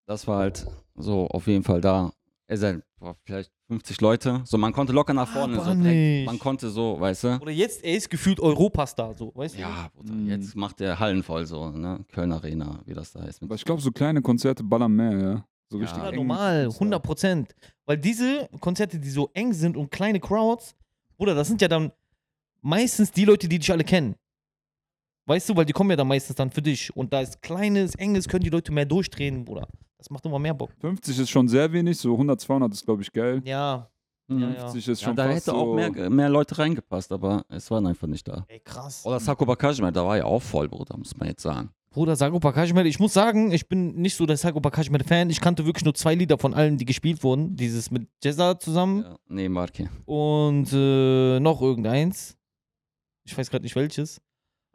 C: das war halt so auf jeden Fall da. Es sind boah, vielleicht 50 Leute. So, man konnte locker nach vorne.
A: Ah, Aber
C: so
A: nicht.
C: direkt, man konnte so, weißt du?
A: Oder jetzt, er ist gefühlt Europastar, so, weißt
C: Ja, Bruder,
B: Mhm.
C: jetzt macht der Hallen voll so, ne? Köln Arena, wie das da heißt.
B: Aber ich glaube, so kleine Konzerte ballern mehr, ja.
A: du?
C: Ja.
B: So richtig.
A: Ja,
B: eng.
A: normal, 100 Prozent. Weil diese Konzerte, die so eng sind und kleine Crowds, Bruder, das sind ja dann meistens die Leute, die dich alle kennen. Weißt du, weil die kommen ja dann meistens dann für dich. Und da ist kleines, enges, können die Leute mehr durchdrehen, Bruder. Das macht immer mehr Bock.
B: 50 ist schon sehr wenig, so 100, 200 ist, glaube ich, geil.
A: Ja,
C: Mhm.
A: ja, ja.
B: 50 ist
C: Ja,
B: schon
C: da
B: fast
C: hätte
B: so
C: auch mehr, mehr Leute reingepasst, aber es waren einfach nicht da.
A: Ey, krass.
C: Oder Sakoba Kashmir, da war ja auch voll, Bruder, muss man jetzt sagen.
A: Bruder, Sagopa Kashmir, ich muss sagen, ich bin nicht so der Sagopa Kashmir-Fan. Ich kannte wirklich nur zwei Lieder von allen, die gespielt wurden. Dieses mit Jezza zusammen
C: Ja. Nee, Marke.
A: und äh, noch irgendeins. Ich weiß gerade nicht welches.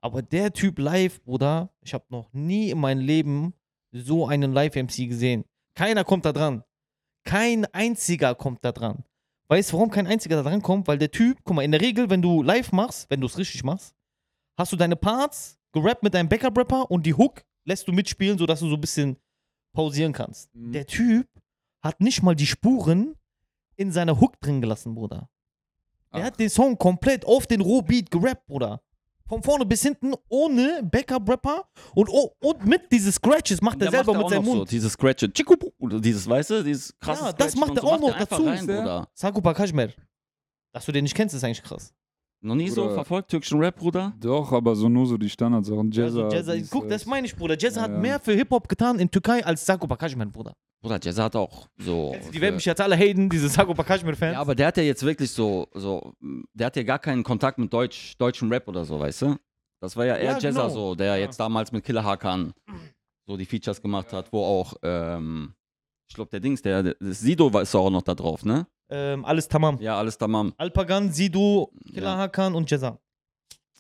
A: Aber der Typ live, Bruder, ich habe noch nie in meinem Leben so einen Live-MC gesehen. Keiner kommt da dran. Kein einziger kommt da dran. Weißt du, warum kein einziger da dran kommt? Weil der Typ, guck mal, in der Regel, wenn du live machst, wenn du es richtig machst, hast du deine Parts gerappt mit deinem Backup-Rapper und die Hook lässt du mitspielen, sodass du so ein bisschen pausieren kannst.
B: Mhm.
A: Der Typ hat nicht mal die Spuren in seiner Hook drin gelassen, Bruder. Er
B: Ach.
A: hat den Song komplett auf den Rohbeat gerappt, Bruder. Von vorne bis hinten ohne Backup-Rapper und, oh, und mit diese Scratches macht er
C: Der
A: selber
C: macht
A: mit
C: auch
A: seinem
C: noch
A: Mund.
C: So, dieses Scratchen, Tschikubu, oder dieses, weißt du, dieses krasse
A: Ja, das
C: Scratchen
A: macht
C: und
A: er
C: so,
A: auch noch
C: er einfach
A: dazu, ne?
C: Rein,
B: ist der-
C: Bruder.
A: Sakupa Kashmir. Dass du den nicht kennst, ist eigentlich krass.
C: Noch nie so
B: Bruder.
C: verfolgt türkischen Rap, Bruder?
B: Doch, aber so nur so die Standardsachen. Jazzer.
A: also Jezza,
B: dies,
A: guck, das meine ich, Bruder. Jezza
B: Ja,
A: hat
B: ja.
A: mehr für Hip-Hop getan in Türkei als Sakupa Kashmir, Bruder.
C: Bruder, Jazz hat auch so.
A: Die werden mich jetzt alle haten, diese Sakupa Kashmir-Fans.
C: ja, aber der hat ja jetzt wirklich so, so, mh, der hat ja gar keinen Kontakt mit Deutsch, deutschem Rap oder so, weißt du? Das war ja eher
A: Ja,
C: Jazzer
A: genau.
C: so, der jetzt damals mit Killer Hakan so die Features gemacht hat, wo auch, ähm, ich glaube, der Dings, der, der Sido war- ist auch noch da drauf, ne?
A: ähm, alles tamam.
C: Ja, alles tamam.
A: Alpagan, Sido, Killer
C: Ja.
A: Hakan und Jezza.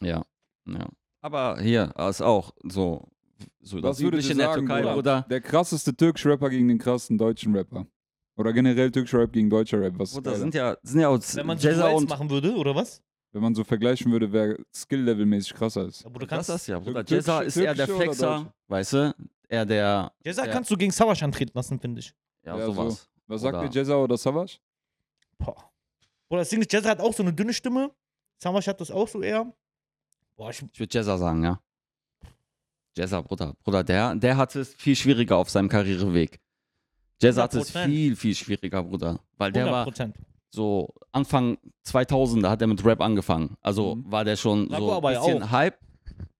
C: Ja, ja. Aber hier äh, ist auch so, so
B: Was
C: das
B: würdest
C: Übliche
B: du
C: in der
B: sagen,
C: Türkei,
B: Bruder?
C: Bruder.
B: Der krasseste türkische Rapper gegen den krassen deutschen Rapper. Oder generell türkischer Rap gegen deutscher Rap. Was ist
C: Bruder,
B: geiler?
C: sind ja, sind ja auch
A: Wenn man
C: Jazzer
A: Jezza
C: und.
A: machen würde, oder was?
B: Wenn man so vergleichen würde, wer skill-level-mäßig krasser ist.
A: Ja, Bruder,
C: Das
A: kannst,
C: ist ja, Bruder.
B: Türkische-
C: Jazzer ist eher der
B: türkische oder
C: Flexer,
B: deutsche?
C: weißt du? Er der.
A: Jezza
C: Ja.
A: kannst du gegen Savasch antreten lassen, finde ich.
C: Ja,
B: Ja, so.
C: sowas.
B: Was
C: Oder-
B: sagt ihr, Jezza oder Savage?
A: Boah. Bruder, das Ding ist, Jezza hat auch so eine dünne Stimme. Savasch hat das auch so eher. Boah, ich,
C: Ich würde Jazzer sagen, ja. Jazzer, Bruder. Bruder, der, der hatte es viel schwieriger auf seinem Karriereweg. Jazzer hatte es
A: 100%.
C: viel, viel schwieriger, Bruder. Weil der war
A: 100%.
C: so Anfang 2000er hat er mit Rap angefangen. Also
B: Mhm.
C: war der schon
A: Na gut,
C: so ein
A: aber ja
C: bisschen
A: auch.
C: Hype.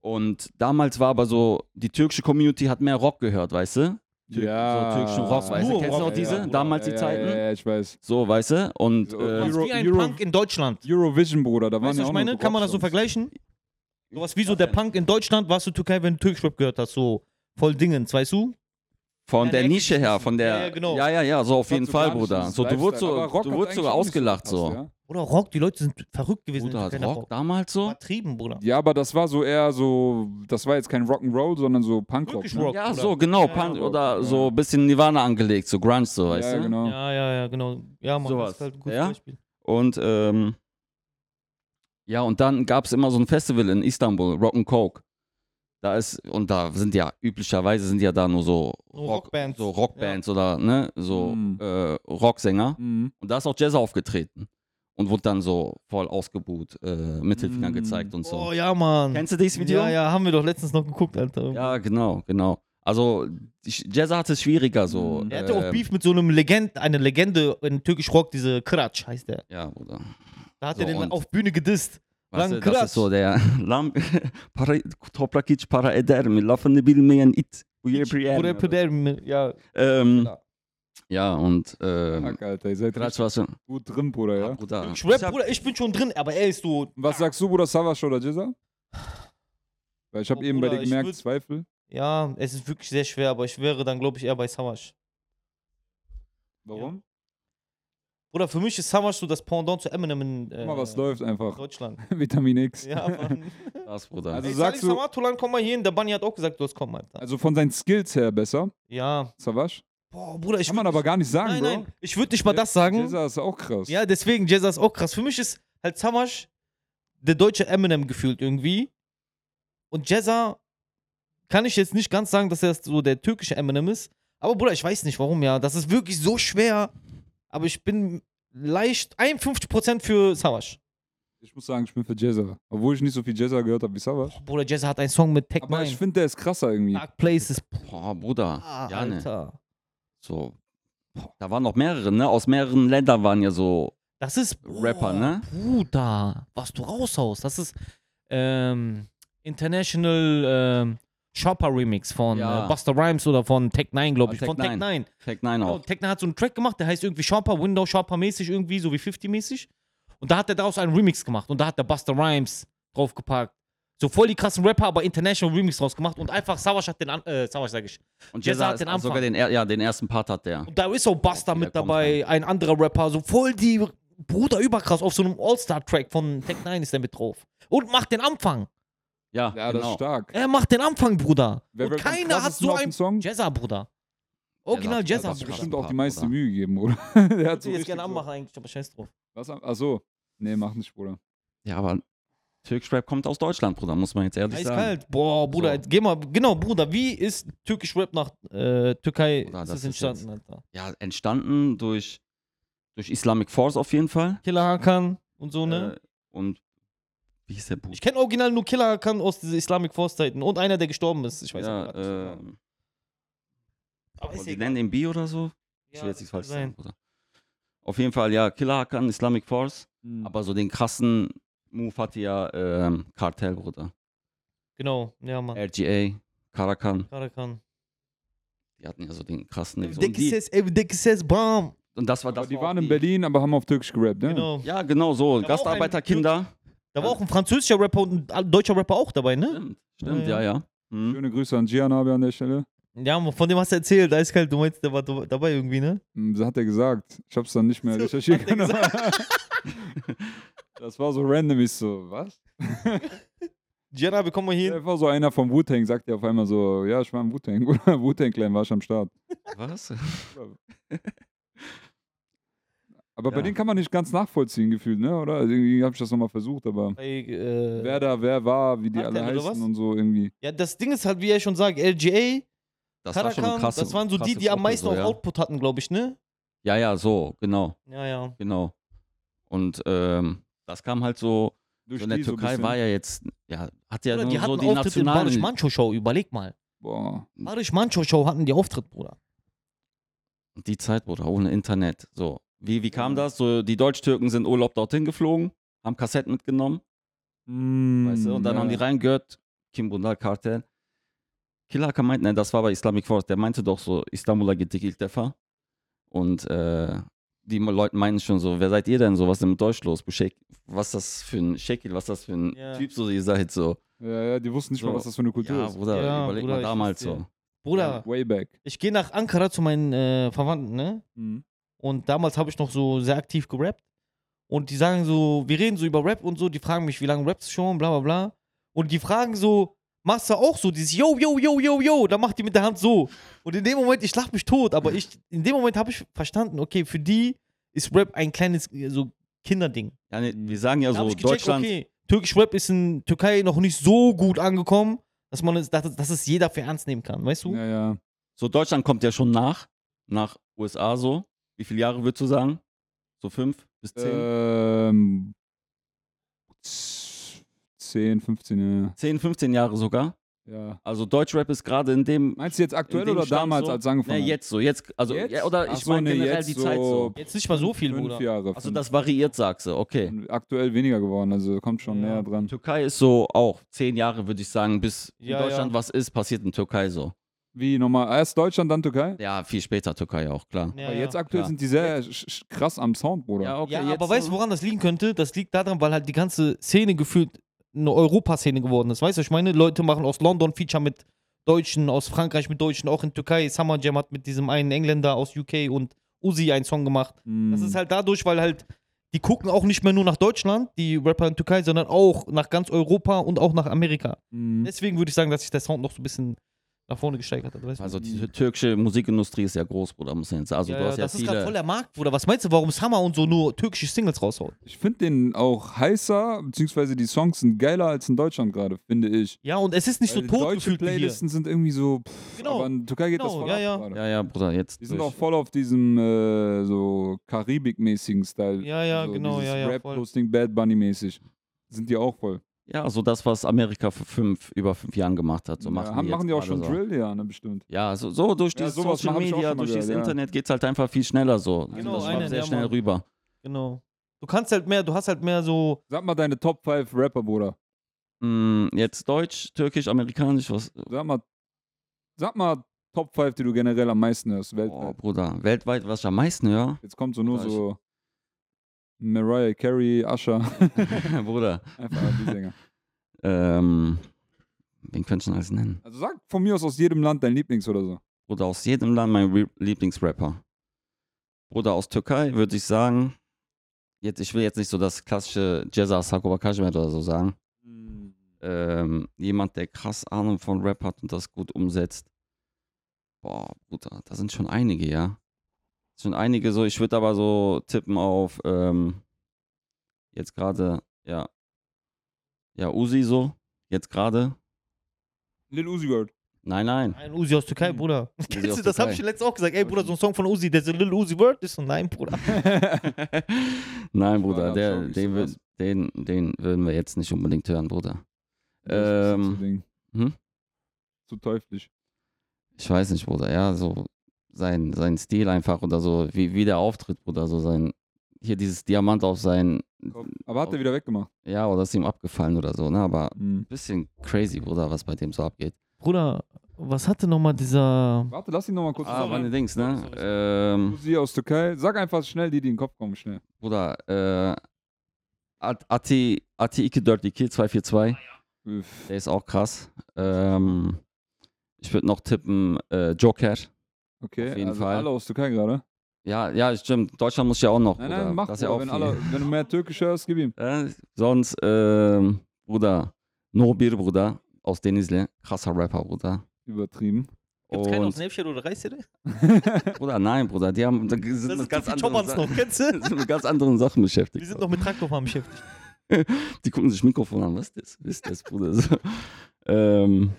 C: Und damals war aber so, die türkische Community hat mehr Rock gehört, weißt du? Tür- so türkischen Rock, weißt du?
A: Nur
C: Kennst du
A: Rock,
C: noch diese?
A: ja,
C: damals
B: ja,
C: die
B: ja,
C: Zeiten?
B: Ja, ja, ich weiß.
C: So, weißt du? Und
B: So,
C: äh,
A: Du warst wie ein
B: Euro-
A: Punk in Deutschland.
B: Eurovision, Bruder, da waren
A: Weißt du,
B: ja
A: was
B: auch
A: ich meine?
B: noch
A: Kann man das so
B: Rocksongs.
A: vergleichen? Sowas wie so der
C: Ja.
A: Punk in Deutschland warst du Türkei, wenn du Türkischrap gehört hast, so voll Dingens, weißt du?
C: Von
A: Ja,
C: der
A: der
C: Nische
A: Ecke
C: her,
A: ist-
C: von der.
A: Ja, ja, genau.
C: Ja, ja, ja, so auf
B: Das hat
C: jeden
B: so
C: Fall,
B: gar nicht
C: Bruder.
B: dieses
C: So, du wurdest
B: Lifestyle.
C: so,
B: Aber Rock
C: du
B: hat
C: wurdest sogar
B: eigentlich auch nicht
C: ausgelacht,
B: gepasst,
C: so.
B: Ja?
A: Oder Rock, die Leute sind verrückt gewesen.
C: Bruder,
A: in
C: hat
A: Türkei nach
C: Rock damals so?
A: Übertrieben, Bruder.
B: ja, aber das war so eher so, das war jetzt kein Rock'n'Roll, sondern so Punkrock.
A: Wirklich
B: ne?
A: Rock.
C: Ja,
A: Bruder.
C: so, genau.
A: Ja,
C: Punk
B: ja.
C: oder so ein bisschen Nirvana angelegt, so Grunge, so, weißt
B: Ja,
C: du?
B: genau.
A: Ja, ja, ja, genau. Ja, Mann,
C: Sowas.
A: das ist halt ein gutes
C: Ja?
A: Beispiel.
C: Und ähm, ja, und dann gab es immer so ein Festival in Istanbul, Rock and Coke. Da ist, und da sind ja üblicherweise sind ja da nur so,
A: So Rockbands.
C: so Rockbands oder ne, so
B: Mhm.
C: äh, Rocksänger.
B: Mhm.
C: Und da ist auch Jazz aufgetreten und wurde dann so voll ausgebuht, äh, Mittelfinger
B: Mhm.
C: gezeigt und so.
A: Oh ja, Mann.
C: Kennst du dieses Video?
A: Ja, ja, haben wir doch letztens noch geguckt, Alter.
C: Ja, genau, genau. Also Jazz hatte es schwieriger so.
B: Mhm.
A: Mm. Er hatte auch
C: ähm,
A: Beef mit so einem Legend, eine Legende in türkisch Rock, diese Kratsch heißt der.
C: Ja, Bruder.
A: Da hat
C: So,
A: er den
C: und-
A: auf Bühne gedisst. Lan
C: Weißt du, das
A: Kıraç.
C: ist so der Lam para, Toprak hiç para eder mi? Lafını bilmeyen it. Bu yer bir yer.
A: Oder Pederm, ja.
C: Ähm,
A: Ja.
C: ja, und ähm,
B: Fuck, Alter, ihr seid
C: Kıraç
B: richtig
C: war schon.
B: gut drin, Bruder, ja?
C: Ja, Bruder.
A: Ich, rap,
C: Ich hab-
A: Bruder, ich bin schon drin, aber er ist so.
B: Was sagst du, Bruder, Savage oder Jezza? Weil ich habe
A: Oh,
B: eben bei
A: Bruder,
B: dir
A: ich
B: gemerkt,
A: würd-
B: Zweifel.
A: Ja, es ist wirklich sehr schwer, aber ich wäre dann, glaube ich, eher bei Savasch.
B: Warum?
A: Bruder, für mich ist Samash so das Pendant zu Eminem in äh,
B: Guck mal, was läuft einfach.
A: Deutschland.
B: Vitamin X.
A: Ja, Mann.
C: Das, Bruder.
B: Also
A: Ey,
B: sagst
A: sagst
B: du-
A: du. Samatulan, komm mal hier hin. Der Bunny hat auch gesagt, du hast kommen, Alter.
B: Also von seinen Skills her besser,
A: Ja.
B: Savage.
A: Boah, Bruder, ich.
B: Kann man
A: würd-
B: aber gar nicht sagen,
A: Nein,
B: Bro.
A: nein. Ich würde nicht mal
B: Je-
A: das sagen.
B: Jezza ist auch krass.
A: Ja, deswegen, Jezza ist auch krass. Für mich ist halt Samash der deutsche Eminem gefühlt irgendwie. Und Jezza kann ich jetzt nicht ganz sagen, dass er so der türkische Eminem ist. Aber Bruder, ich weiß nicht warum, ja. Das ist wirklich so schwer. Aber ich bin leicht 51% für Samash.
B: Ich muss sagen, ich bin für Jezza. Obwohl ich nicht so viel Jezza gehört habe wie Savage.
A: Bruder, Jezza hat einen Song mit Tech
B: Aber ich
A: 9.
B: finde, der ist krasser irgendwie.
A: Dark Places.
C: Boah, Bruder.
A: Ah,
C: ja, ne.
A: Alter.
C: So. Da waren noch mehrere, ne? Aus mehreren Ländern waren ja so.
A: Das ist boah,
C: Rapper, ne?
A: Bruder, was du raushaust. Das ist ähm, International ähm, Shopper Remix von
C: Ja.
A: äh, Buster Rhymes oder von Tech 9, glaube
C: Ah,
A: ich.
C: Tech
A: von Tech
C: 9.
A: 9.
C: Tech 9
A: Genau,
C: auch.
A: Tech 9 hat so einen Track gemacht, der heißt irgendwie Shopper, Window Shopper mäßig irgendwie, so wie 50 mäßig. Und da hat er daraus einen Remix gemacht und da hat der Buster Rhymes draufgepackt. So voll die krassen Rapper, aber International Remix draus gemacht und einfach Savage hat den, an äh, Savage sag ich.
C: Und
A: Jazza hat
C: Jazza hat
A: den
C: den sogar
A: Anfang.
C: den, er- ja, den ersten Part hat der.
A: Und da ist auch Buster mit
C: Ja, kommt
A: dabei, ein anderer Rapper, so voll die Bruder überkrass auf so einem All-Star-Track von Tech 9 ist der mit drauf. Und macht den Anfang.
C: Ja,
B: Ja, das ist
C: genau.
B: stark.
A: Er macht den Anfang, Bruder.
B: Wer
A: und
B: rappt am
A: keiner hat
B: krassesten
A: so
B: auf
A: einen
B: dem Song? Der
A: Jazzer, Bruder. Original
C: Jazzer
A: Jazzer,
C: hat
B: hat
A: Bruder.
B: bestimmt auch die
C: Bruder.
B: meiste Mühe gegeben, oder?
A: Ich
B: Der hat so
A: würde jetzt
B: richtig
A: gerne
B: so.
A: anmachen eigentlich, aber scheiß drauf.
B: Was? am- Ach so. Nee, mach nicht, Bruder.
C: Ja, aber Türkisch Rap kommt aus Deutschland, Bruder, muss man jetzt ehrlich sagen.
A: Eiskalt. Boah, Bruder,
C: So.
A: jetzt geh mal. Genau, Bruder, wie ist türkisch Rap nach äh, Türkei
C: Bruder,
A: ist
C: das
A: das
C: ist
A: entstanden, Alter?
C: Ja, entstanden durch, durch Islamic Force auf jeden Fall.
A: Killer Hakan und so, ne?
C: Äh, und Wie hieß der Buch?
A: Ich kenne original nur Killer Khan aus dieser Islamic Force Zeiten und einer, der gestorben ist. Ich weiß
C: ja,
A: aber grad nicht.
C: ähm,
A: Aber ist
C: die
A: egal.
C: nennen den B oder so? ich
A: Ja,
C: will jetzt nichts
A: das kann
C: falsch
A: sein.
C: sagen. Oder? Auf jeden Fall, ja, Killer Hakan, Islamic Force.
A: Hm. Mhm.
C: Aber so den krassen Move hatte ja ähm, Kartell, Bruder.
A: Genau, ja, Mann.
C: RGA, Karakan.
A: Karakan.
C: Die hatten ja so den krassen Move. Und, die,
A: Dickes Dickes Bam.
C: und das war das.
B: aber die
C: war
B: waren
C: auch
B: in
C: die-
B: Berlin, aber haben auf Türkisch gerappt, ne?
A: Genau.
C: Ja, genau so.
A: Da war auch
C: Gastarbeiterkinder.
A: Da war auch ein französischer Rapper und ein deutscher Rapper auch dabei, ne?
C: Stimmt, stimmt,
A: Ja,
C: ja, ja. Hm.
B: Schöne Grüße an Gian habe an der Stelle.
A: Ja, Mann, von dem hast du erzählt. Eiskalt, du meinst, der war do- dabei irgendwie, ne?
B: Hm, Das hat er gesagt. Ich hab's dann nicht mehr
A: So,
B: recherchiert.
A: hat er
B: Genau. das war so random, ich so, was?
A: Gianna, wir kommen mal hier.
B: Der war so einer vom Wu-Tang, sagt er auf einmal so, ja, ich war im Wu-Tang. Oder Wu-Tang Clan war ich am Start.
C: Was?
B: Aber bei
C: Ja.
B: denen kann man nicht ganz nachvollziehen, gefühlt, ne? Oder? Also irgendwie habe ich das nochmal versucht, aber
A: Bei, äh,
B: wer da, wer war, wie die
A: Kartell
B: alle
A: oder was?
B: heißen und so irgendwie.
A: Ja, das Ding ist halt, wie er schon sagt, LGA,
C: Das war schon
A: Karakan,
C: eine krasse,
A: das waren so die,
C: krasse
A: die am
C: Truppe,
A: meisten
C: so,
A: auch
C: ja.
A: Output hatten, glaube ich, ne?
C: Ja, ja, so, genau,
A: Ja, ja.
C: genau. Und ähm, das kam halt so.
B: Durch
C: so in der
B: die so ein
C: Türkei
B: bisschen.
C: war ja jetzt, ja, hat ja
A: Oder
C: nur
A: die
C: so
A: hatten
C: die
A: Auftritt in Barisch
C: nationalen.
A: Mancho Show, überleg mal.
B: Boah.
A: Barisch Mancho Show hatten die Auftritt, Bruder.
C: Die Zeit, Bruder, ohne Internet. So, wie, wie kam
B: Ja.
C: das? So, die Deutsch-Türken sind Urlaub dorthin geflogen, haben Kassetten mitgenommen, weißt du, und dann
B: ja.
C: haben die reingehört, Kim Bundal Kartell. Kilaka meint, nein, das war bei Islamic Force, der meinte doch so, Istanbul'a gittik iltefa. Und äh, die Leute meinen schon so, wer seid ihr denn so, was ist denn mit Deutsch los? Bu Shek- Was ist das für ein Schekil, was ist das für ein
A: Ja.
C: Typ, so ihr seid so.
B: Ja, ja, die wussten nicht mal,
C: So.
B: was das für eine Kultur
C: Ja,
B: ist.
C: Bruder,
A: Ja,
C: überleg
A: Bruder,
C: mal
A: ich
C: damals
A: verstehe.
C: so.
A: Bruder,
B: Way back.
A: ich gehe nach Ankara zu meinen äh, Verwandten, ne?
B: Mhm.
A: Und damals habe ich noch so sehr aktiv gerappt. Und die sagen so, wir reden so über Rap und so, die fragen mich, wie lange rappst du schon, bla bla bla. Und die fragen so, machst du auch so dieses Yo, yo, yo, yo, yo, dann macht die mit der Hand so. Und in dem Moment, ich lach mich tot, aber ich, in dem Moment habe ich verstanden, okay, für die ist Rap ein kleines, äh, so Kinderding.
C: Ja, nee, wir sagen ja
B: Also
A: Da hab
C: so,
A: ich gecheckt,
C: Deutschland,
A: Okay, Türkisch Rap ist in Türkei noch nicht so gut angekommen, dass man es, dass, dass es jeder für ernst nehmen kann, weißt du?
B: Ja, ja.
C: so Deutschland kommt ja schon nach, nach USA so. Wie viele Jahre würdest du sagen? So fünf bis zehn?
A: Äh.
B: Ähm, 10, 15,
C: Zehn, 15 Jahre sogar.
B: ja. ja.
C: Also Deutschrap ist gerade in dem,
B: Meinst du jetzt aktuell
C: dem
B: oder
C: Stand
B: damals,
C: so?
B: als er angefangen
C: ne,
B: hat?
C: jetzt so, jetzt, also,
B: Jetzt?
C: ja, oder
B: Ach
C: ich
B: so,
C: meine
B: nee,
C: generell
B: jetzt
C: die Zeit so.
A: Jetzt nicht mal so viel,
B: fünf
A: Bruder.
B: Jahre.
C: Also
B: fünf.
C: das variiert, sagst du, okay.
B: Und Aktuell weniger geworden, also kommt schon
A: Ja.
B: näher dran.
C: Türkei ist so auch zehn Jahre, würde ich sagen, bis in
A: Ja,
C: Deutschland
A: ja.
C: was ist, passiert in Türkei so.
B: Wie nochmal? Erst Deutschland, dann Türkei?
C: Ja, viel später Türkei auch, klar.
A: Ja,
B: Aber
A: ja.
B: jetzt aktuell
C: Klar.
B: sind die sehr sch- sch- krass am Sound, Bruder.
A: ja, aber weißt
C: äh,
A: du, woran das liegen könnte? Das liegt daran, weil halt die ganze Szene gefühlt eine Europaszene geworden ist. Weißt du, ich meine, Leute machen aus London Feature mit Deutschen, aus Frankreich mit Deutschen, auch in Türkei. Summer Jam hat mit diesem einen Engländer aus UK und Uzi einen Song gemacht.
B: Hm.
A: Das ist halt dadurch, weil halt die gucken auch nicht mehr nur nach Deutschland, die Rapper in Türkei, sondern auch nach ganz Europa und auch nach Amerika.
B: Hm.
A: Deswegen würde ich sagen, dass sich der Sound noch so ein bisschen nach vorne gesteigert hat. Weißt du?
C: Also die tür- türkische Musikindustrie ist ja groß, Bruder, muss man jetzt sagen. Also
A: ja,
C: du
A: ja,
C: hast ja
A: das ist
C: viele.
A: gerade voll der Markt, Bruder. Was meinst du, warum Summer und so nur türkische Singles raushaut?
B: Ich finde den auch heißer, beziehungsweise die Songs sind geiler als in Deutschland gerade, finde ich.
A: Ja, und es ist nicht so
B: Weil die
A: tot
B: deutsche
A: gefühlt wie hier.
B: Playlisten sind irgendwie so. Pff,
A: Genau.
B: Aber in Türkei geht das
A: Genau,
B: voll
A: ja,
B: ab
A: ja.
B: gerade.
C: ja, ja, Bruder, jetzt.
B: Die sind
C: durch.
B: auch voll auf diesem äh, so Karibik-mäßigen Style.
A: Ja, ja,
B: so
A: genau,
B: also dieses
A: ja, ja,
B: Rap
A: voll.
B: Posting Bad Bunny-mäßig. Sind die auch voll.
C: Ja, so das, was Amerika vor fünf, über fünf Jahren gemacht hat. So machen
B: ja, haben,
C: die,
B: machen die auch
C: jetzt
B: schon
C: gerade so.
B: Drill, ja, ne, bestimmt.
C: Ja, so, so durch
B: Ja,
C: dieses
B: sowas
C: Social
B: hab ich auch
C: Media,
B: schon mal
C: durch dieses
B: gehört, ja.
C: Internet geht's halt einfach viel schneller so.
B: Genau,
C: das schwappt
B: einen,
C: sehr
A: ja,
C: schnell
A: Mann.
C: rüber.
A: Genau. Du kannst halt mehr, du hast halt mehr so.
B: Sag mal deine Top 5 Rapper, Bruder.
C: Hm, jetzt Deutsch, Türkisch, Amerikanisch, was?
B: Sag mal, sag mal Top 5, die du generell am meisten hörst,
C: Oh,
B: weltweit.
C: Bruder, weltweit, was ich am meisten höre?
B: Jetzt kommt so nur
C: Gleich.
B: so Mariah Carey, Usher.
C: Bruder,
B: Einfach die Sänger.
C: ähm, wen könnte ich denn alles nennen?
B: Also sag von mir aus aus jedem Land dein Lieblings oder so.
C: Bruder, aus jedem Land mein Re- Lieblingsrapper. Bruder, aus Türkei würde ich sagen, jetzt, ich will jetzt nicht so das klassische Jezza Sakoba Kajmet oder so sagen. ähm, jemand, der krass Ahnung von Rap hat und das gut umsetzt. Boah, Bruder, da sind schon einige, ja. Schon einige so, ich würde aber so tippen auf, ähm, jetzt gerade, ja. Ja, Uzi so, jetzt gerade.
B: Lil Uzi Vert.
C: Nein, nein.
A: Ein Uzi aus Türkei,
B: Mhm.
A: Bruder.
C: aus
A: Kennst du, das
C: Türkei.
A: habe ich dir letztens auch gesagt. Ey, Bruder, so ein Song von Uzi, der so Lil Uzi Word ist. So, nein, Bruder.
C: nein,
B: war
C: Bruder,
B: da
C: der,
B: schon nicht
C: den,
B: so
C: wür-
B: krass.
C: Den, den würden wir jetzt nicht unbedingt hören, Bruder.
B: Das ist
C: Ähm,
B: zu Ding.
C: hm?
B: Zu teuflisch.
C: Ich weiß nicht, Bruder. Ja, so sein, sein Stil einfach oder so, wie, wie der Auftritt, Bruder. So sein, hier dieses Diamant auf sein,
B: Aber hat er wieder weggemacht.
C: ja, oder ist ihm abgefallen oder so, ne? Aber
B: Hm.
C: bisschen crazy, Bruder, was bei dem so abgeht.
A: Bruder, was hatte nochmal dieser.
B: Warte, lass ihn nochmal kurz
C: Ah,
B: ah,
C: meine Dings,
A: Sorry,
C: ne?
A: sorry,
C: Ähm,
B: Sie aus Türkei. Sag einfach schnell die, die in den Kopf kommen, schnell.
C: Bruder, äh, At- Ati, Ati Ike Dirty Kill 242,
B: Üff.
C: der ist auch krass. Ähm, ich würde noch tippen, äh, Joker.
B: Okay,
C: Auf jeden
B: also
C: Fall.
B: alle aus Türkei gerade.
C: Ja, ja, stimmt. Deutschland muss ja auch noch,
B: Nein,
C: Bruder.
B: nein, mach
C: das
B: das
C: ist ja auch
B: wenn,
C: viel.
B: alle, wenn du mehr Türkisch hörst, gib ihm.
C: Äh, sonst, ähm, Bruder, Nobir, Bruder, aus Denizli. Krasser Rapper, Bruder.
B: Übertrieben.
C: Und,
A: Snapchat oder Reißserie?
C: Bruder, nein, Bruder, die haben sind
A: Das
C: mit
A: ist ganz
C: ganz
A: viel
C: anderen
A: Chopperns noch,
C: Sachen-
A: kennst du?
C: sind mit ganz anderen Sachen beschäftigt.
A: Wir sind noch mit Traktorfahren beschäftigt.
C: Die gucken sich Mikrofon an. Was ist das? Was ist das, Bruder? So. ähm,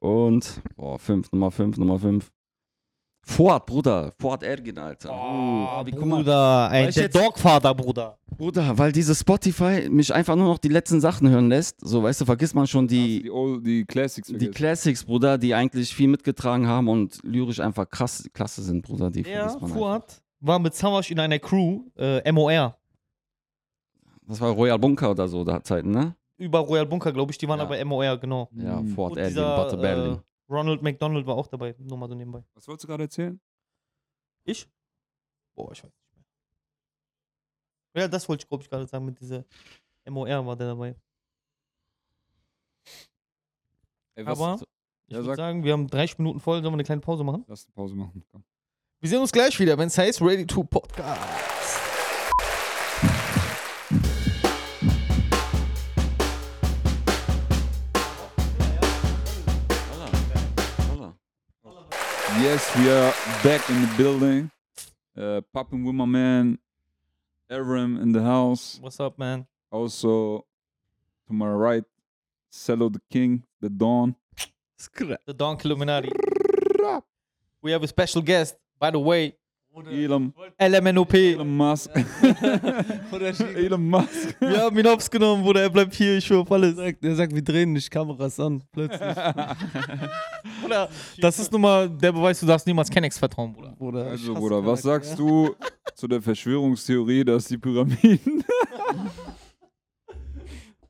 C: und, boah, fünf, Nummer fünf, Nummer fünf. Fuad, Bruder. Fuad Ergin, Alter. Uh,
A: Oh,
C: guck mal.
A: Bruder,
C: Weil
A: ein,
C: ich
A: der
C: jetzt-
A: Dogfather, Bruder.
C: Bruder, weil dieses Spotify mich einfach nur noch die letzten Sachen hören lässt. So, weißt du, vergisst man schon
B: Hast du
C: die,
B: die, old, die Classics
C: die
B: vergessen.
C: Classics, Bruder, die eigentlich viel mitgetragen haben und lyrisch einfach krass, klasse sind, Bruder. Die
A: Ja,
C: vergisst man einfach.
A: Fuad war mit Savasch in einer Crew, äh, MOR,
C: Das war Royal Bunker oder so, da Zeiten, ne?
A: über Royal Bunker, glaube ich. Die waren
C: Ja.
A: aber MOR, genau.
C: Ja,
B: Hm.
C: Fuad
A: Und
C: Ergin,
A: dieser,
C: Butter Berlin.
A: äh, Ronald McDonald war auch dabei, nur mal so nebenbei.
B: Was wolltest du gerade erzählen?
A: Ich? Boah, ich weiß nicht mehr. Ja, das wollte ich, glaube ich, gerade sagen mit dieser MOR war der dabei.
B: Ey,
A: Aber ich
B: Ja,
A: würde
B: sag.
A: sagen, wir haben 30 Minuten voll. Sollen wir eine kleine Pause machen?
B: Lass eine Pause machen. Komm.
A: Wir sehen uns gleich wieder, wenn es heißt Ready to Podcast.
C: Holla. Holla.
B: Yes, we are back in the building. Uh, Popping with my man, Aram in the house.
A: What's up, man?
B: Also, to my right, Cello the King, the Dawn.
C: Skr.
A: The Donk Illuminati. We have a special guest, by the way,
B: Elon,
A: LMNOP.
B: Elon Musk. Elon Musk.
A: Wir haben ihn hops genommen, Bruder. Er bleibt hier, ich schwör auf alles.
D: Der sagt, wir drehen nicht Kameras an, plötzlich,
A: Bruder, das ist nun mal der Beweis, du darfst niemals Kennex vertrauen, Bruder.
D: Bruder.
B: Also, Bruder, was sagst du zu der Verschwörungstheorie, dass die Pyramiden.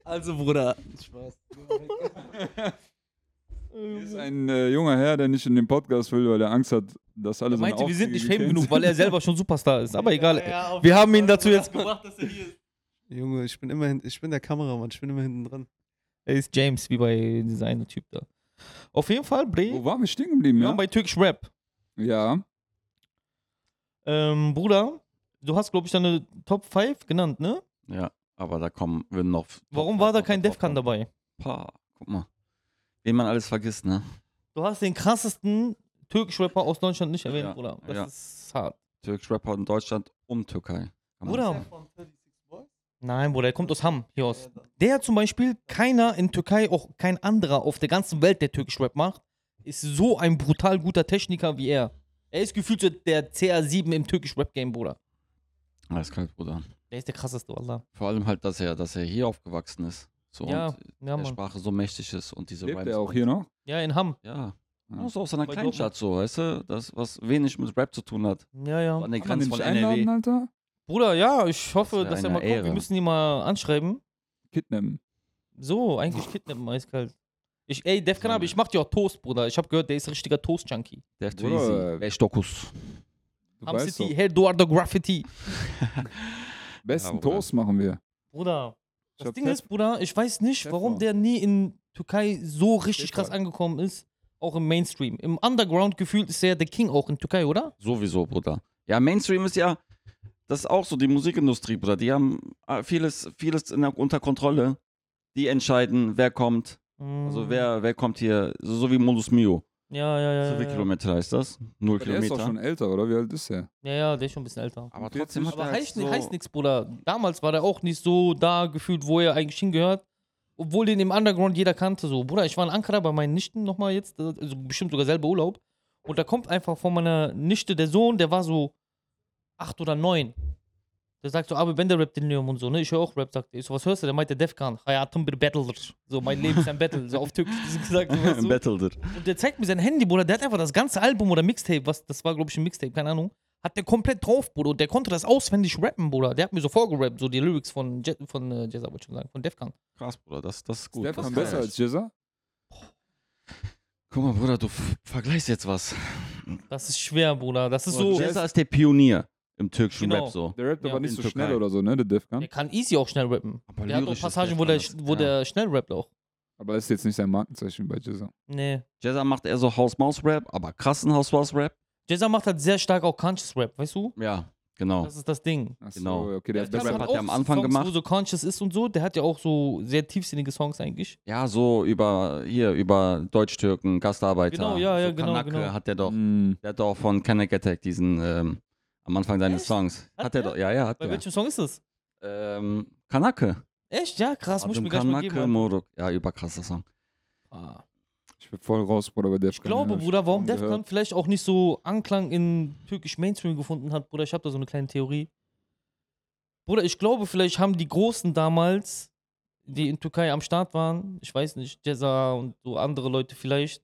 D: Also, Bruder.
B: Hier ist ein äh, junger Herr, der nicht in den Podcast will, weil er Angst hat, dass
A: Er
B: alles
A: meinte, wir sind nicht fame genug, weil er selber schon Superstar ist. Aber egal,
D: ja, auf
A: wir haben ihn dazu jetzt gebracht.
D: Junge, ich bin immer hin, ich bin der Kameramann, ich bin immer hinten dran.
A: Er ist James, wie bei dieser eine Typ da. Auf jeden Fall, Bre,
B: Wo waren wir stehen geblieben,
A: wir waren
B: ja?
A: bei Türkisch Rap.
B: Ja.
A: Ähm, Bruder, du hast, glaube ich, deine Top 5 genannt, ne?
C: Ja, aber da kommen wir noch.
A: Warum war da kein Defkan
C: dabei?
A: dabei?
C: Pah, guck mal. Wen man alles vergisst, ne?
A: Du hast den krassesten türkischen Rapper aus Deutschland nicht erwähnt,
C: Ja,
A: Bruder. Das
C: ja.
A: ist hart.
C: Türkisch Rapper in Deutschland und Türkei. Kann man
A: Bruder.
C: sagen.
A: Nein, Bruder, er kommt aus Hamm, hier aus. Der zum Beispiel, keiner in Türkei, auch kein anderer auf der ganzen Welt, der türkisch Rap macht, ist so ein brutal guter Techniker wie er. Er ist gefühlt so der CR7 im türkisch Rap-Game, Bruder.
C: Alles kalt, Bruder.
A: Der ist der krasseste, Allah.
C: Vor allem halt, dass er, dass er hier aufgewachsen ist. So
A: Ja,
C: und
A: Ja,
C: der
A: Mann.
C: Sprache so mächtig ist und diese
B: Lebt
C: Rhymes
B: er auch
C: und-
B: hier noch?
A: Ja, in Hamm.
C: Ja.
B: Ja.
C: ja. So aus einer
A: Bei
C: Kleinstadt so, weißt du? Das, was wenig mit Rap zu tun hat.
A: Ja, ja.
C: An der
B: Kann
C: Grenze
B: man den
C: von
B: nicht
C: NRW.
B: einladen, Alter?
A: Bruder, ja, ich hoffe,
C: wär
A: dass er
C: eine
A: mal kommt. Wir
C: Ehre.
A: müssen ihn mal anschreiben.
B: Kidnappen.
A: So, eigentlich kidnappen, eiskalt. Ich, ey, Defkan, aber ich mach dir auch Toast, Bruder. Ich hab gehört, der ist ein richtiger Toast-Junkie.
C: Der
B: Bruder.
C: Twizy. Dokus.
B: Du
A: Hamm
B: weißt
A: City,
B: doch,
A: Eduardo Graffiti.
B: besten
C: Ja, Bruder.
B: Toast machen wir.
A: Bruder,
B: Ich
A: das
B: hab
A: Ding
B: Test-
A: ist, Bruder, ich weiß nicht,
B: Teflon.
A: warum der nie in Türkei so richtig
B: Teflon.
A: krass angekommen ist. Auch im Mainstream. Im Underground gefühlt ist er der King auch in Türkei, oder?
C: Sowieso, Bruder. Ja, Mainstream ist ja, das ist auch so die Musikindustrie, Bruder. Die haben äh, vieles, vieles in der, unter Kontrolle. Die entscheiden, wer kommt. Also wer, wer kommt hier, so, so wie Modus Mio.
A: Hm. Ja, ja, Mhm. ja.
C: So wie
A: ja, ja.
C: Kilometer heißt das? Null
B: Aber Der ist doch
C: Kilometer.
B: schon älter, oder? Wie alt ist er?
A: ja, ja, der ist schon ein bisschen älter.
C: Aber
B: 40.
C: trotzdem hat
A: Aber
C: er halt
A: heißt,
C: so,
A: heißt nichts, Bruder. Damals war der auch nicht so da gefühlt, wo er eigentlich hingehört. Obwohl den im Underground jeder kannte. So, Bruder, ich war in Ankara bei meinen Nichten nochmal jetzt, äh, also bestimmt sogar selber Urlaub. Und da kommt einfach von meiner Nichte der Sohn, der war so acht oder neun. Der sagt so, "Ah, aber Bender rappt in Leum und so, ne? Ich höre auch Rap, sagt er. Ich so, was hörst du? Der meint der Defkan. Hayatum bir Battler. So, mein Leben ist ein Battle. So auf Türkisch das ist gesagt. So, weißt du?
C: Battled it.
A: Und der zeigt mir sein Handy, Bruder. Der hat einfach das ganze Album oder Mixtape, was, das war, glaube ich, ein Mixtape, keine Ahnung. Hat der komplett drauf, Bruder. Und der konnte das auswendig rappen, Bruder. Der hat mir so vorgerappt, so die Lyrics von, Jet, von äh, Jazza, wollte ich schon sagen, von Defkan.
C: Krass, Bruder, das, das ist gut.
B: Der
C: das
B: kann
C: kann
B: besser
C: ich.
B: als Jizza?
C: Guck mal, Bruder, du f- vergleichst jetzt was.
A: Das ist schwer, Bruder. Das ist
B: Boah,
A: so.
B: Jazz-
C: Jessa ist der Pionier im türkischen
A: Genau.
C: Rap so.
B: Der rappt
A: Ja,
B: aber nicht
C: in
B: so
C: Türkei.
B: schnell oder so, ne, der Defkan.
A: Der kann easy auch schnell rappen.
C: Aber
A: Der hat auch
C: lyrisch ist
A: Passagen,
C: der
A: wo, der,
C: anders.
A: wo
C: Ja.
A: der schnell rappt auch.
B: Aber das ist jetzt nicht sein Markenzeichen bei Jizza.
A: Nee.
C: Jessa macht eher so Haus-Maus-Rap, aber krassen Haus-Maus-Rap.
A: Jazza macht halt sehr stark auch Conscious Rap, weißt du?
C: Ja, genau.
A: Das ist das Ding.
B: Achso,
C: Genau.
B: okay,
A: Ja,
B: der ist
A: Jazza
B: besser.
C: Rap hat er
A: auch
C: am Anfang
A: Songs,
C: gemacht.
A: Wo so conscious ist und so. Der hat ja auch so sehr tiefsinnige Songs eigentlich.
C: Ja, so über hier, über Deutsch-Türken, Gastarbeiter.
A: Genau, ja, ja,
C: so
A: genau,
C: Kanake
A: genau.
C: hat der doch.
B: Mm,
C: Der hat doch von Kanak Attack diesen ähm, am Anfang seines
A: Echt?
C: Songs.
A: Hat
C: Hat, er
A: der?
C: doch, ja, ja, hat
A: Bei
C: er.
A: welchem Song ist das?
C: Ähm, Kanake.
A: Echt? Ja, krass. Muss ich
C: Adem
A: mir gleich mal geben.
C: Kanake Moruk. Ja, überkrasser Song.
A: Ah. Ich
B: ich bin voll raus, Bruder, bei der Ich
A: glaube, Bruder, warum
B: gehört.
A: Defcon vielleicht auch nicht so Anklang in türkisch Mainstream gefunden hat, Bruder. Ich habe da so eine kleine Theorie. Bruder, ich glaube, vielleicht haben die Großen damals, die in Türkei am Start waren, ich weiß nicht, Jezza und so andere Leute vielleicht,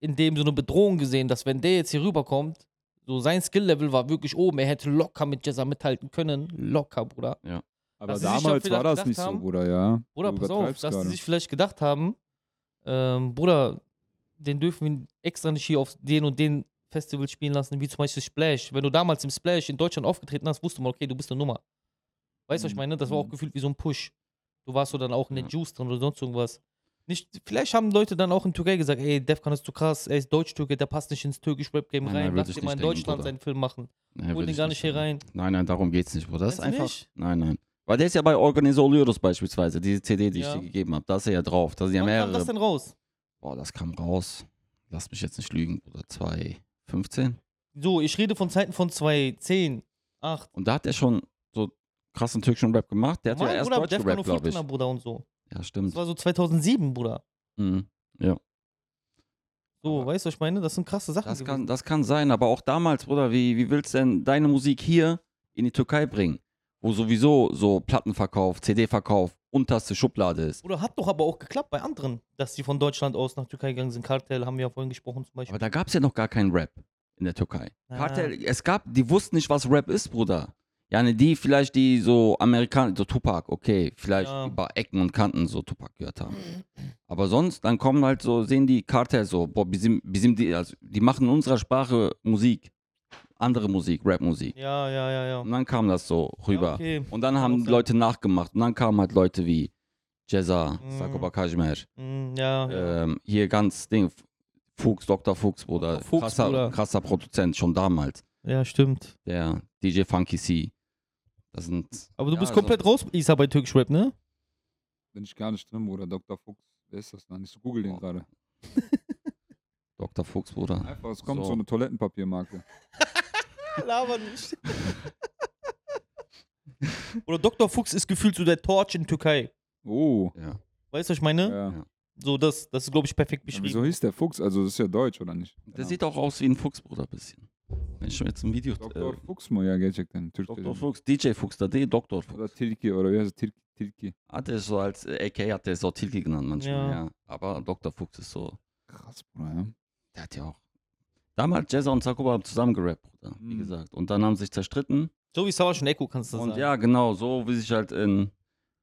A: in dem so eine Bedrohung gesehen, dass wenn der jetzt hier rüberkommt, so sein Skill-Level war wirklich oben. Er hätte locker mit Jezza mithalten können. Locker, Bruder.
B: Aber
A: dass sie sich schon
B: damals war
A: vielleicht
B: das
A: gedacht
B: nicht so,
A: haben,
B: Bruder, ja.
A: Bruder,
B: Du
A: pass auf,
B: übertreibst
A: dass die
B: gerade.
A: sich vielleicht gedacht haben, ähm, Bruder, den dürfen wir extra nicht hier auf den und den Festival spielen lassen, wie zum Beispiel Splash. Wenn du damals im Splash in Deutschland aufgetreten hast, wusste man, okay, du bist eine Nummer. Weißt du, was ich
B: Mhm.
A: meine? Das war auch gefühlt wie so ein Push. Du warst so dann auch in den
C: Ja.
A: Juice drin oder sonst irgendwas. Nicht, vielleicht haben Leute dann auch in Türkei gesagt, ey, Defkan ist zu krass, er ist Deutsch-Türke, der passt nicht ins Türkisch-Rap-Game
C: Nein,
A: rein,
C: nein,
A: lass
C: würde ich
A: den mal in
C: nicht denken,
A: Deutschland
C: Bruder.
A: seinen Film machen.
C: Nee,
A: Hol
C: will
A: den
C: ich
A: gar nicht hier rein.
C: sagen. Nein, nein, darum geht's nicht, Bruder. Das ist
A: Meinst du
C: einfach.
A: nicht?
C: Nein, nein. Weil der ist ja bei Organisolioros beispielsweise, diese CD, die
A: Ja.
C: ich dir gegeben habe. Da ist er ja drauf. Da sind ja
A: Wann kam
C: mehrere.
A: das denn raus?
C: Boah, das kam raus. Lass mich jetzt nicht lügen, Bruder. 2015.
A: So, ich rede von Zeiten von 2010, 8,
C: Und da hat er schon so krassen türkischen Rap gemacht. Der hat ja
A: Mann,
C: erst
A: Bruder,
C: Deutsch
A: Defcon
C: gerappt,
A: und
C: glaube ich.
A: Furtner, Bruder, und so.
C: Ja,
A: Das
C: stimmt.
A: war so 2007, Bruder.
C: Mhm.
A: So,
C: Aber-
A: weißt du, was ich meine? Das sind krasse Sachen.
C: Das
A: gewesen.
C: kann, das kann sein, aber auch damals, Bruder, wie, wie willst du denn deine Musik hier in die Türkei bringen? Wo sowieso so Plattenverkauf, CD-Verkauf, unterste Schublade ist.
A: Bruder, hat doch aber auch geklappt bei anderen, dass die von Deutschland aus nach Türkei gegangen sind. Kartell haben wir ja vorhin gesprochen zum Beispiel.
C: Aber da gab es ja noch gar keinen Rap in der Türkei.
A: Ah.
C: Kartell, es gab, die wussten nicht, was Rap ist, Bruder. Ja, ne, die vielleicht, die so Amerikaner, so Tupac, okay, vielleicht
A: Ja.
C: über Ecken und Kanten so Tupac gehört haben. Aber sonst, dann kommen halt so, sehen die Kartell so, boah, bizim, bizim, die, also, die machen in unserer Sprache Musik. Andere Musik, Rap-Musik.
A: ja, ja, ja, ja.
C: Und dann kam das so rüber.
A: Ja, okay.
C: Und dann
A: Kann auch
C: haben
A: sein.
C: Leute nachgemacht. Und dann kamen halt Leute wie Jezza,
A: Mhm.
C: Sakoba Kajmer,
A: Mm, ja, ja.
C: ähm, hier ganz Ding, Fuchs, Dr. Fuchs, Bruder.
A: Dr. Fuchs,
C: krasser,
A: Bruder.
C: krasser Produzent, schon damals.
A: ja, stimmt.
C: Der DJ Funky C. Das sind.
A: Aber du
C: Ja,
A: bist
C: also-
A: komplett raus, Isa, bei Türkisch Rap, ne?
B: Bin ich gar nicht drin, Bruder. Dr. Fuchs, wer ist das denn? Ich google den gerade.
C: Dr. Fuchs, Bruder.
B: Einfach, es kommt
C: So.
B: so eine Toilettenpapiermarke.
A: Laber nicht. Oder Dr. Fuchs ist gefühlt so der Torch in Türkei.
B: Oh.
C: Ja.
A: Weißt du, was ich meine?
B: Ja.
C: Ja.
A: So, das, das ist, glaube ich, perfekt
B: Ja,
A: beschrieben.
B: wieso hieß der Fuchs? Also, das ist ja deutsch, oder nicht?
C: Der sieht auch aus wie ein Fuchs, Bruder, ein bisschen. Wenn ich schon jetzt ein Video.
B: Dr.
C: Äh,
B: Fuchs, äh, mo ja, gerçekten. dann.
C: Dr. Fuchs, DJ Fuchs, der D, Dr. Fuchs.
B: Oder Tilki, oder wie heißt er? Tilki, Tilki.
C: Hat er so als äh, AK, hat er so Tilki genannt manchmal,
A: Ja.
C: ja. Aber Dr. Fuchs ist so.
B: Krass, Bruder, ja.
C: Der hat ja auch. Damals Jezza und Sakoba haben zusammen gerappt, Bruder, wie
B: Mhm.
C: gesagt. Und dann haben sie sich zerstritten.
A: So wie Savage und Echo kannst du das halt sagen.
C: Und ja, genau, so wie sich halt in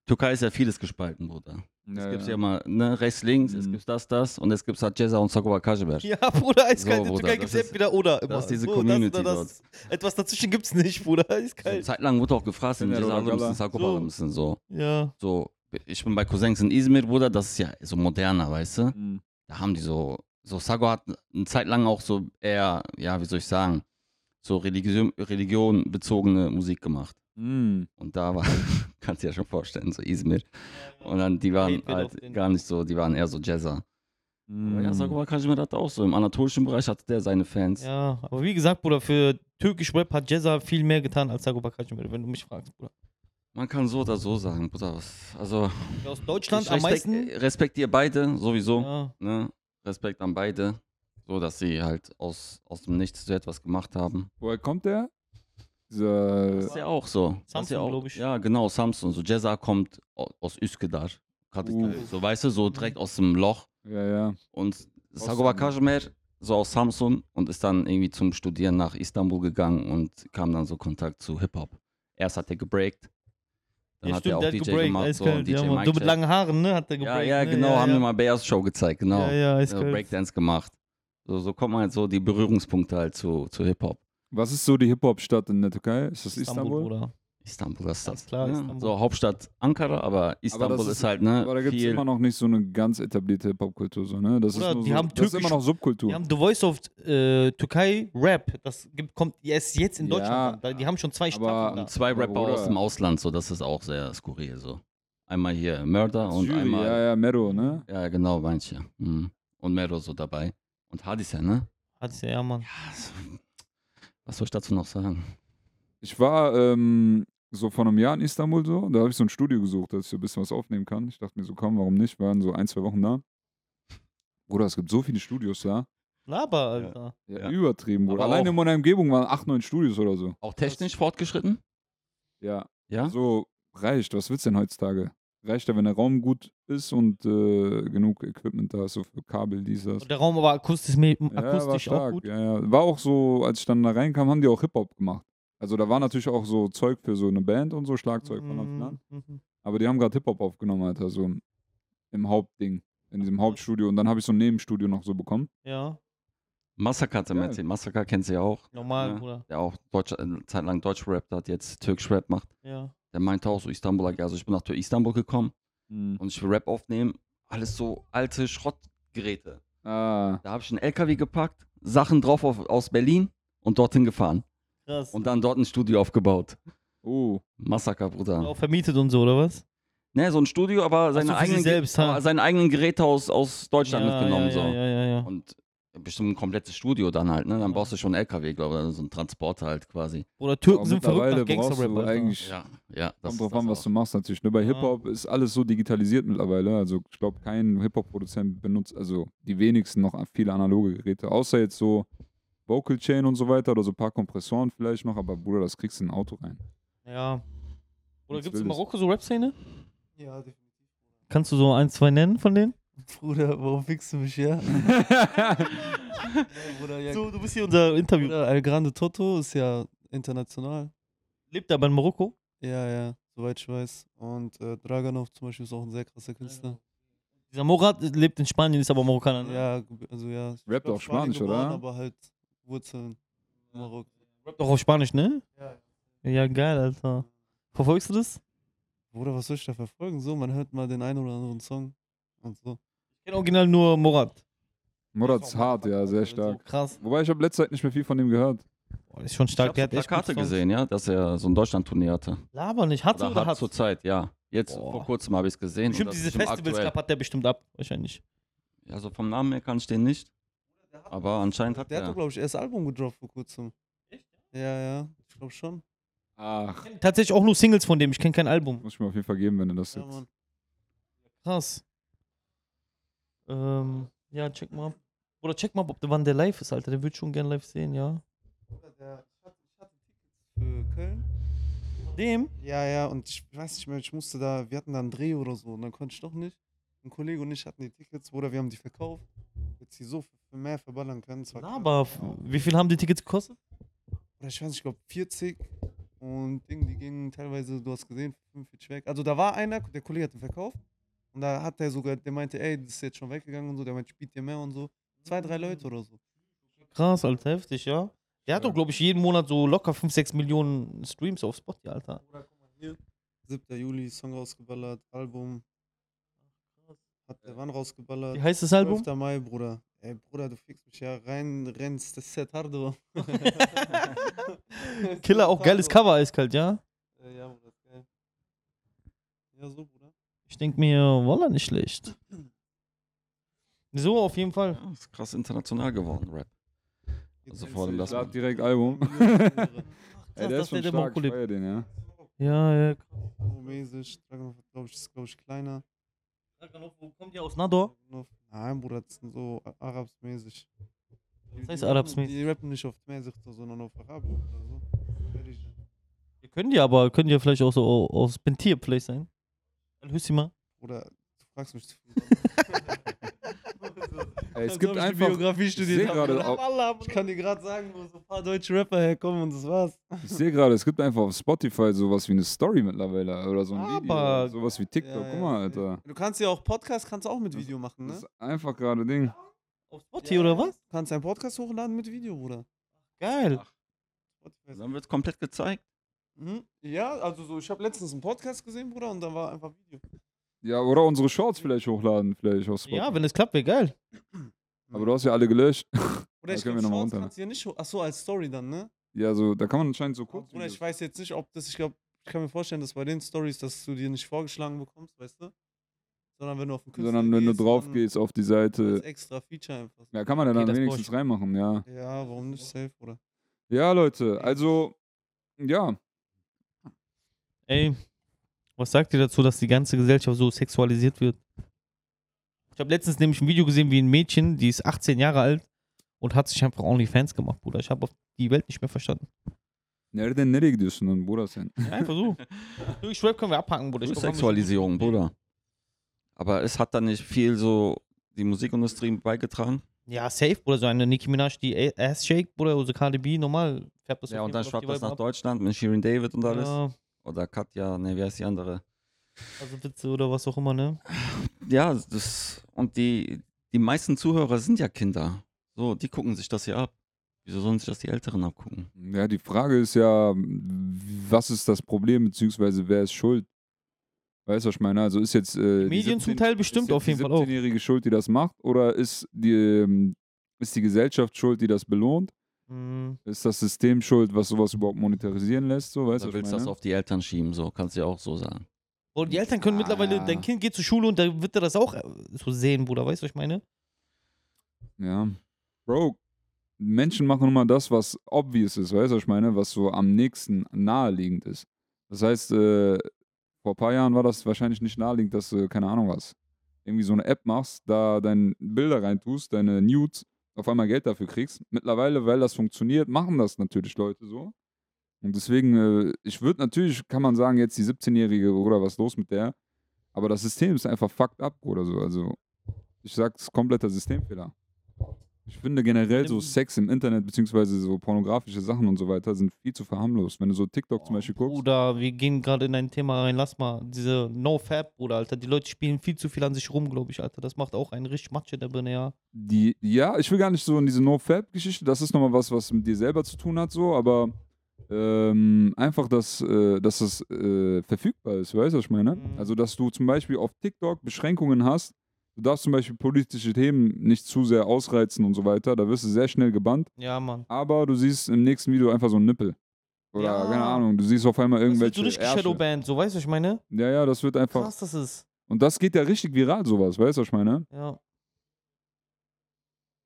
C: Türkei ist ja vieles gespalten, Bruder. Es
B: ja,
C: gibt ja
B: ja.
C: mal ne, rechts, links, es
B: Mhm.
C: gibt das, das und es gibt halt Jezza und Sakoba Kajeber.
A: Ja, Bruder, eiskalt.
C: So,
A: in der
C: Bruder,
A: Türkei
C: das
A: gibt es
C: ist-
A: entweder oder immer.
C: das ist diese
A: so,
C: Community
A: oder Etwas dazwischen gibt es nicht, Bruder.
C: Eine
A: Eiskalt.
C: Zeit lang wurde auch gefragt, sind
B: Ja,
C: Jezza
B: Rogala.
C: Ramsen, Sakoba
A: So.
C: Ramsen, so.
A: Ja.
C: So, ich bin bei Cousins in Izmir, Bruder, das ist ja so moderner, weißt du?
B: Mhm.
C: da haben die so, so Sago hat eine Zeit lang auch so eher, ja, wie soll ich sagen, so religion, religion bezogene Musik gemacht.
B: Mhm.
C: Und da war, kannst du dir ja schon vorstellen, so Izmir. Und dann, die waren
A: Hate wird auf
C: halt
A: den- Mm.
C: gar nicht so, die waren eher so Jazzer.
B: Mhm.
C: Aber ja, Sago Kashmir hat auch so, im anatolischen Bereich hatte der seine Fans.
A: Ja, aber wie gesagt, Bruder, für türkisch Rap hat Jezza viel mehr getan als Sagoba Kajmer, wenn du mich fragst, Bruder.
C: Man kann so oder so sagen, Bruder, was, also,
A: Der aus Deutschland
C: ich
A: am
C: respekt-
A: meisten.
C: respektiere beide sowieso,
A: Ja,
C: ne? Respekt an beide, so dass sie halt aus, aus dem Nichts so etwas gemacht haben.
B: Woher kommt der? Dieser,
C: Das ist ja auch so. Das ist ja
A: Samsun,
C: auch,
A: glaub ich.
C: Ja, genau, Samsung. So Jezza kommt au- aus Üsküdar. Hatte ich
B: Uh.
C: gehört. So, weißt du,
A: Mhm.
C: so direkt aus dem Loch.
B: ja, ja.
C: Und
B: Aus
C: Sagoba
B: dem-
C: Kashmir, so aus Samsun, und ist dann irgendwie zum Studieren nach Istanbul gegangen und kam dann so Kontakt zu Hip-Hop. Erst hat er gebreakt. Dann hat er auch
A: der hat
C: DJ
A: gebreakt,
C: gemacht. So,
A: eiskalt,
C: und DJ
A: ja, Mann.
C: Mike
A: Du mit langen Haaren, ne? Hat der
C: ja,
A: gebreakt.
C: ja,
A: ne?
C: genau,
A: ja,
C: haben
A: ja.
C: wir mal BS Show gezeigt, genau.
A: Ja, ja,
C: so
A: eiskalt.
C: Breakdance gemacht. So, so kommt man halt so die Berührungspunkte halt zu, zu Hip-Hop.
B: Was ist so die Hip-Hop-Stadt in der Türkei? Ist das
A: Istanbul,
B: Istanbul?
A: Bruder.
C: Istanbul, das ist
A: Ganz
C: das.
A: klar,
C: ja.
A: Istanbul.
C: So Hauptstadt Ankara, aber Istanbul
B: das
C: ist,
B: ist-
C: halt, ne?
B: Aber da gibt es
C: viel-
B: immer noch nicht so eine ganz etablierte Hip-Hop-Kultur. So, ne? das,
A: Bruder,
B: ist nur
A: die
B: so,
A: haben
B: das ist immer
A: türkisch-
B: noch Subkultur.
A: Die haben The Voice of äh, Türkei Rap. Das gibt, kommt erst jetzt in
B: Ja,
A: Deutschland an. Da- Die haben schon zwei
B: aber-
A: Staffeln da.
C: Und zwei
B: Aber
C: Rapper aus
B: Bruder.
C: dem Ausland, so das ist auch sehr skurril. So. Einmal hier Murder und
B: Syrien,
C: einmal.
B: ja, ja, Mero, ne?
C: ja. genau, meine ich ja. Mhm. Und Mero so dabei. Und Hadisa, ne?
A: Hat's ja, ja, Mann.
C: Ja, so- Was soll ich dazu noch sagen?
B: Ich war ähm, so vor einem Jahr in Istanbul so, da habe ich so ein Studio gesucht, dass ich so ein bisschen was aufnehmen kann. Ich dachte mir so, komm, warum nicht? Waren so ein, zwei Wochen da. Bruder, es gibt so viele Studios da.
A: Laber, Alter.
B: Ja,
C: Ja.
B: Übertrieben, Bruder.
C: Aber
B: Allein
C: auch-
B: in meiner Umgebung waren acht, neun Studios oder so.
C: Auch technisch fortgeschritten?
B: Ja.
C: Ja?
B: So reicht. Was willst du denn heutzutage? Reicht ja, wenn der Raum gut ist und äh, genug Equipment da ist, so für Kabel, dies, das.
A: Und der Raum aber akustisch,
B: Ja, war
A: akustisch auch
B: stark,
A: gut.
B: Ja, ja. War auch so, als ich dann da reinkam, haben die auch Hip-Hop gemacht. Also da war natürlich auch so Zeug für so eine Band und so, Schlagzeug von ne? Anfang an.
A: Mhm.
B: Aber die haben gerade Hip-Hop aufgenommen, Alter, so im- im Hauptding, in diesem Hauptstudio. Und dann habe ich so ein Nebenstudio noch so bekommen.
A: Ja,
C: Massaker hat er mir
B: Ja.
C: erzählt. Massaker kennst du ja auch.
A: normal,
C: Ja.
A: Bruder.
C: Der auch Deutsch, äh, eine Zeit lang Deutsch gerappt hat, jetzt Türkisch Rap macht.
A: Ja.
C: Der meinte auch so Istanbul, also ich bin nach Istanbul gekommen
A: Mhm.
C: und ich will Rap aufnehmen. Alles so alte Schrottgeräte.
B: Ah,
C: Da habe ich einen LKW gepackt, Sachen drauf auf, aus Berlin und dorthin gefahren.
A: Krass.
C: Und dann dort ein Studio aufgebaut.
B: oh.
C: Massaker, Bruder.
A: auch vermietet und so, oder was?
C: Ne, so ein Studio, aber seine
A: so, für
C: eigenen,
A: sich selbst, ha?
C: aber seine eigenen Geräte aus, aus Deutschland
A: ja,
C: mitgenommen.
A: ja,
C: so.
A: Ja, ja, ja, ja.
C: Und bestimmt ein komplettes Studio dann halt, ne? Dann
A: Ja.
C: brauchst du schon einen LKW, glaube ich, so einen Transporter halt quasi.
A: Oder Türken
B: Aber
A: sind verrückt
B: mittlerweile
A: nach
B: brauchst
A: Gangster-Rap,
B: du
A: Alter.
B: eigentlich,
C: Ja, ja.
B: kommt
C: ist
B: drauf an, was
C: auch.
B: du machst natürlich. Ne? Bei
A: Ja.
B: Hip-Hop ist alles so digitalisiert mittlerweile. Also ich glaube, kein Hip-Hop-Produzent benutzt, also die wenigsten noch viele analoge Geräte. Außer jetzt so Vocal Chain und so weiter oder so ein paar Kompressoren vielleicht noch. Aber Bruder, das kriegst du in ein Auto rein.
A: Ja. Oder
B: Jetzt
A: gibt es in
B: will es.
A: Marokko so Rap-Szene?
D: Ja, definitiv.
A: Kannst du so ein, zwei nennen von denen?
D: Bruder, warum fickst du mich, ja? Nein, Bruder, ja.
A: So, du bist hier unser Interview.
D: Bruder, El Grande Toto ist ja international.
A: Lebt aber in Marokko.
D: Ja, ja, soweit ich weiß. Und äh, Draganov zum Beispiel ist auch ein sehr krasser Künstler.
A: Dieser Morat lebt in Spanien, ist aber Marokkaner. Ne?
D: Ja, geb- also ja. ich
B: Rappt
D: glaub,
B: auf Spanisch,
D: geboren,
B: oder?
D: Aber halt Wurzeln. in Marokko.
A: Rappt auch auf Spanisch, ne? Ja. Ja, geil, Alter. Verfolgst du das?
D: Bruder, was soll ich da verfolgen? So, man hört mal den einen oder anderen Song und so.
A: Ich kenne original nur Morat.
B: Morat's hart, ja, sehr
A: So
B: stark.
A: krass.
B: Wobei ich habe letzte Zeit nicht mehr viel von dem gehört.
A: Boah, das ist schon
C: Ich
A: stark.
C: habe so Plakate
A: gute Songs.
C: gesehen, ja, dass er so ein Deutschland-Turnier hatte.
A: Laber nicht. Hatte oder,
C: oder hat
A: hat?
C: zur Zeit, ja. Jetzt
A: Boah.
C: vor kurzem habe ich es gesehen. und
A: Bestimmt
C: das ist
A: diese Festivals
C: aktuell.
A: Cup hat der bestimmt ab. Wahrscheinlich.
C: Also vom Namen her kann ich den nicht. Aber anscheinend hat
D: Der hat
C: er.
D: doch, glaube ich, erst Album gedroppt vor kurzem. Echt? Ja, ja, ich glaube schon.
A: Ich
B: Ach,
A: kenn tatsächlich auch nur Singles von dem. Ich kenne kein Album.
B: muss ich mir auf jeden Fall geben, wenn du das
D: Ja,
B: jetzt.
D: Mann.
A: Krass. Ähm, ja, check mal. ab. Oder check mal, ob der, wann der live ist, Alter. Der würde schon gern live sehen, ja.
D: Bruder, der- Ich hatte ich hatte Tickets für Köln.
A: Dem?
D: Ja, ja, und ich weiß nicht mehr, ich musste da, wir hatten da einen Dreh oder so und dann konnte ich doch nicht. Ein Kollege und ich hatten die Tickets, Bruder, wir haben die verkauft. Jetzt die so für mehr verballern können. zwar knapp,
A: Laber. F- Wie viel haben die Tickets gekostet?
D: Oder ich weiß nicht, ich glaube 40 und Ding, die gingen teilweise, du hast gesehen, 45 weg. Also da war einer, der Kollege hat den verkauft und da hat der sogar, der meinte, ey, das ist jetzt schon weggegangen und so, der meinte, spielt dir mehr und so. Zwei, drei Leute oder so.
A: Krass, Alter. Heftig, ja. Der hat doch, glaube ich, jeden Monat so locker 5, 6 Millionen Streams auf Spotify, Alter.
D: 7. Juli, Song rausgeballert, Album. Hat der Wann rausgeballert.
A: Wie heißt das Album?
D: 12. Mai, Bruder. Ey, Bruder, du fickst mich ja rein, rennst das Set Hardo.
A: Killer, auch geiles Cover, eiskalt, ja.
D: Äh, Ja, Bruder, ist geil. Ja, so, Bruder.
A: Ich denke mir, Walla nicht schlecht. So, auf jeden Fall.
C: Ja, ist krass international geworden, Rap.
D: Jetzt
C: Also vor allem das-
D: endlich.
B: Sag direkt Album. Ey, der
A: dass
B: ist schon
A: der in
B: stark,
A: Marokko
B: ich
A: lebt.
B: feier den, ja.
A: Ja, ja.
D: Rumänisch, glaube ich, ist, glaube ich, kleiner.
A: Wo kommt ihr aus Nador?
D: Nein, Bruder, das sind so a- arabsmäßig. Was
A: heißt arabsmäßig?
D: Die rappen nicht auf Mäßig, sondern auf Arabisch oder so.
A: Können die aber, können die ja vielleicht auch so au- aus Bentier vielleicht sein. Dann hörst du mal.
D: Oder du fragst mich zu früh.
B: Ey, es
D: Als
B: gibt
D: ob ich die
B: einfach,
D: Biografie
B: seh
D: studiert habe.
B: gerade
D: Wallah, Wallah, Ich kann dir gerade sagen, wo so ein paar deutsche Rapper herkommen und das war's.
B: ich sehe gerade, es gibt einfach auf Spotify sowas wie eine Story mittlerweile oder so ein Video,
A: Aber-
B: oder sowas wie TikTok.
D: Ja, ja,
B: Guck mal,
D: safe.
B: Alter.
D: Du kannst ja auch Podcast kannst du auch mit Video machen, ne?
B: Das ist einfach gerade Ding.
A: Auf Spotify oder was?
D: Du kannst deinen Podcast hochladen mit Video, Bruder.
A: Geil.
D: Spotify.
C: Dann wird komplett gezeigt.
D: Mhm. Ja, also so, ich habe letztens einen Podcast gesehen, Bruder, und da war einfach Video.
B: Ja, oder unsere Shorts vielleicht hochladen, vielleicht auf Spotify.
A: Ja, wenn es klappt, wäre geil.
B: Aber du hast ja alle gelöscht.
D: Oder
B: Ja,
D: ich
B: können wir nochmal
D: glaube, Shorts
B: runter, ne?
D: kannst du ja nicht ho- Ach so, als Story dann, ne?
B: Ja, so, da kann man anscheinend so kurz.
D: Oder ich weiß jetzt nicht, ob das, ich glaube, ich kann mir vorstellen, dass bei den Stories, dass du dir nicht vorgeschlagen bekommst, weist du? Sondern wenn du auf den Künstler
B: sondern wenn du
D: gehst,
B: drauf
D: dann
B: gehst äh, auf die
D: Als
B: Seite.
D: extra Feature einfach.
B: Ja, kann man ja
A: Also, Okay,
B: dann
A: das
B: wenigstens
A: brauch
B: reinmachen, ja.
D: Ja, warum nicht safe, Bruder?
B: Ja, Leute, also, ja,
A: Ey, was sagt ihr dazu, dass die ganze Gesellschaft so sexualisiert wird? Ich habe letztens nämlich ein Video gesehen, wie ein Mädchen, die ist 18 Jahre alt und hat sich einfach OnlyFans gemacht, Bruder. Ich habe die Welt nicht mehr verstanden.
B: nereden nereye gidiyorsun oğlum Bruder sen?
A: Einfach so. Durch Rap können wir abhaken, Bruder. Ich glaub, wir haben uns-
C: Sexualisierung, Bruder. Aber es hat da nicht viel so die Musikindustrie beigetragen.
A: Ja, safe, Bruder. So eine Nicki Minaj, die A- Ass Shake, Bruder, also Cardi B, normal. Färbt das
C: Ja,
A: auf
C: und
A: jeden
C: dann
A: Fall auf die
C: schwappt das
A: Weiber
C: nach
A: ab.
C: Deutschland mit Shirin David und alles.
A: Ja,
C: Oder Katja, ne, wie heißt die andere?
A: also Witze oder was auch immer, ne?
C: Ja, das. Und die, die meisten Zuhörer sind ja Kinder. So, die gucken sich das hier ab. Wieso sollen sich das die Älteren abgucken?
B: Ja, die Frage ist ja, was ist das Problem, beziehungsweise wer ist schuld? Weißt du, was ich meine? Also ist jetzt. Äh, die
A: Medien zum
B: 17
A: Teil bestimmt
B: ist
A: auf jeden Fall auch.
B: die 17-Jährige schuld, die das macht? Oder ist die, ähm, ist die Gesellschaft schuld, die das belohnt?
A: Mhm.
B: Ist das System schuld, was sowas überhaupt monetarisieren lässt? So, weißt
C: Da
B: du, was ich
C: willst du das
B: meine?
C: auf die Eltern schieben, so. Kannst du ja auch so sagen.
A: Und die Eltern können
B: Ah,
A: mittlerweile,
B: ja.
A: dein Kind geht zur Schule und da wird er das auch äh, so sehen, Bruder. Weißt du, was ich meine?
B: Ja. Bro, Menschen machen immer das, was obvious ist, weißt du, was ich meine? Was so am nächsten naheliegend ist. Das heißt, äh, vor ein paar Jahren war das wahrscheinlich nicht naheliegend, dass du, keine Ahnung was, irgendwie so eine App machst, da deine Bilder reintust, deine Nudes, auf einmal Geld dafür kriegst. Mittlerweile, weil das funktioniert, machen das natürlich Leute so. Und deswegen, äh, ich würde natürlich, kann man sagen, jetzt die 17-Jährige oder was ist los mit der, aber das System ist einfach fucked up oder so. Also, ich sag's kompletter Systemfehler. Ich finde generell so
A: Stimmt.
B: Sex im Internet, beziehungsweise so pornografische Sachen und so weiter, sind viel zu verharmlost. Wenn du so TikTok
A: Oh,
B: zum Beispiel guckst,
A: Bruder, wir gehen gerade in ein Thema rein. Lass mal diese No-Fab, Bruder, Alter. Die Leute spielen viel zu viel an sich rum, glaube ich, Alter. Das macht auch einen richtig Matsch in der Birne, ja.
B: die, ja, ich will gar nicht so in diese No-Fab-Geschichte, das ist nochmal was, was mit dir selber zu tun hat, so, aber ähm, einfach, dass, äh, dass das äh, verfügbar ist, weißt du, was ich meine?
A: Mhm.
B: Also, dass du zum Beispiel auf TikTok Beschränkungen hast, du darfst zum Beispiel politische Themen nicht zu sehr ausreizen und so weiter, da wirst du sehr schnell gebannt,
A: Ja, Mann.
B: aber du siehst im nächsten Video einfach so einen Nippel. Oder,
A: Ja.
B: keine Ahnung, du siehst auf einmal
A: Das wird
B: irgendwelche
A: so richtig
B: Ärsche.
A: Shadowband, so weißt du, was ich meine?
B: Ja, ja, das wird einfach,
A: Krass, das ist.
B: und das geht ja richtig viral, sowas, weißt du, was ich meine?
A: Ja.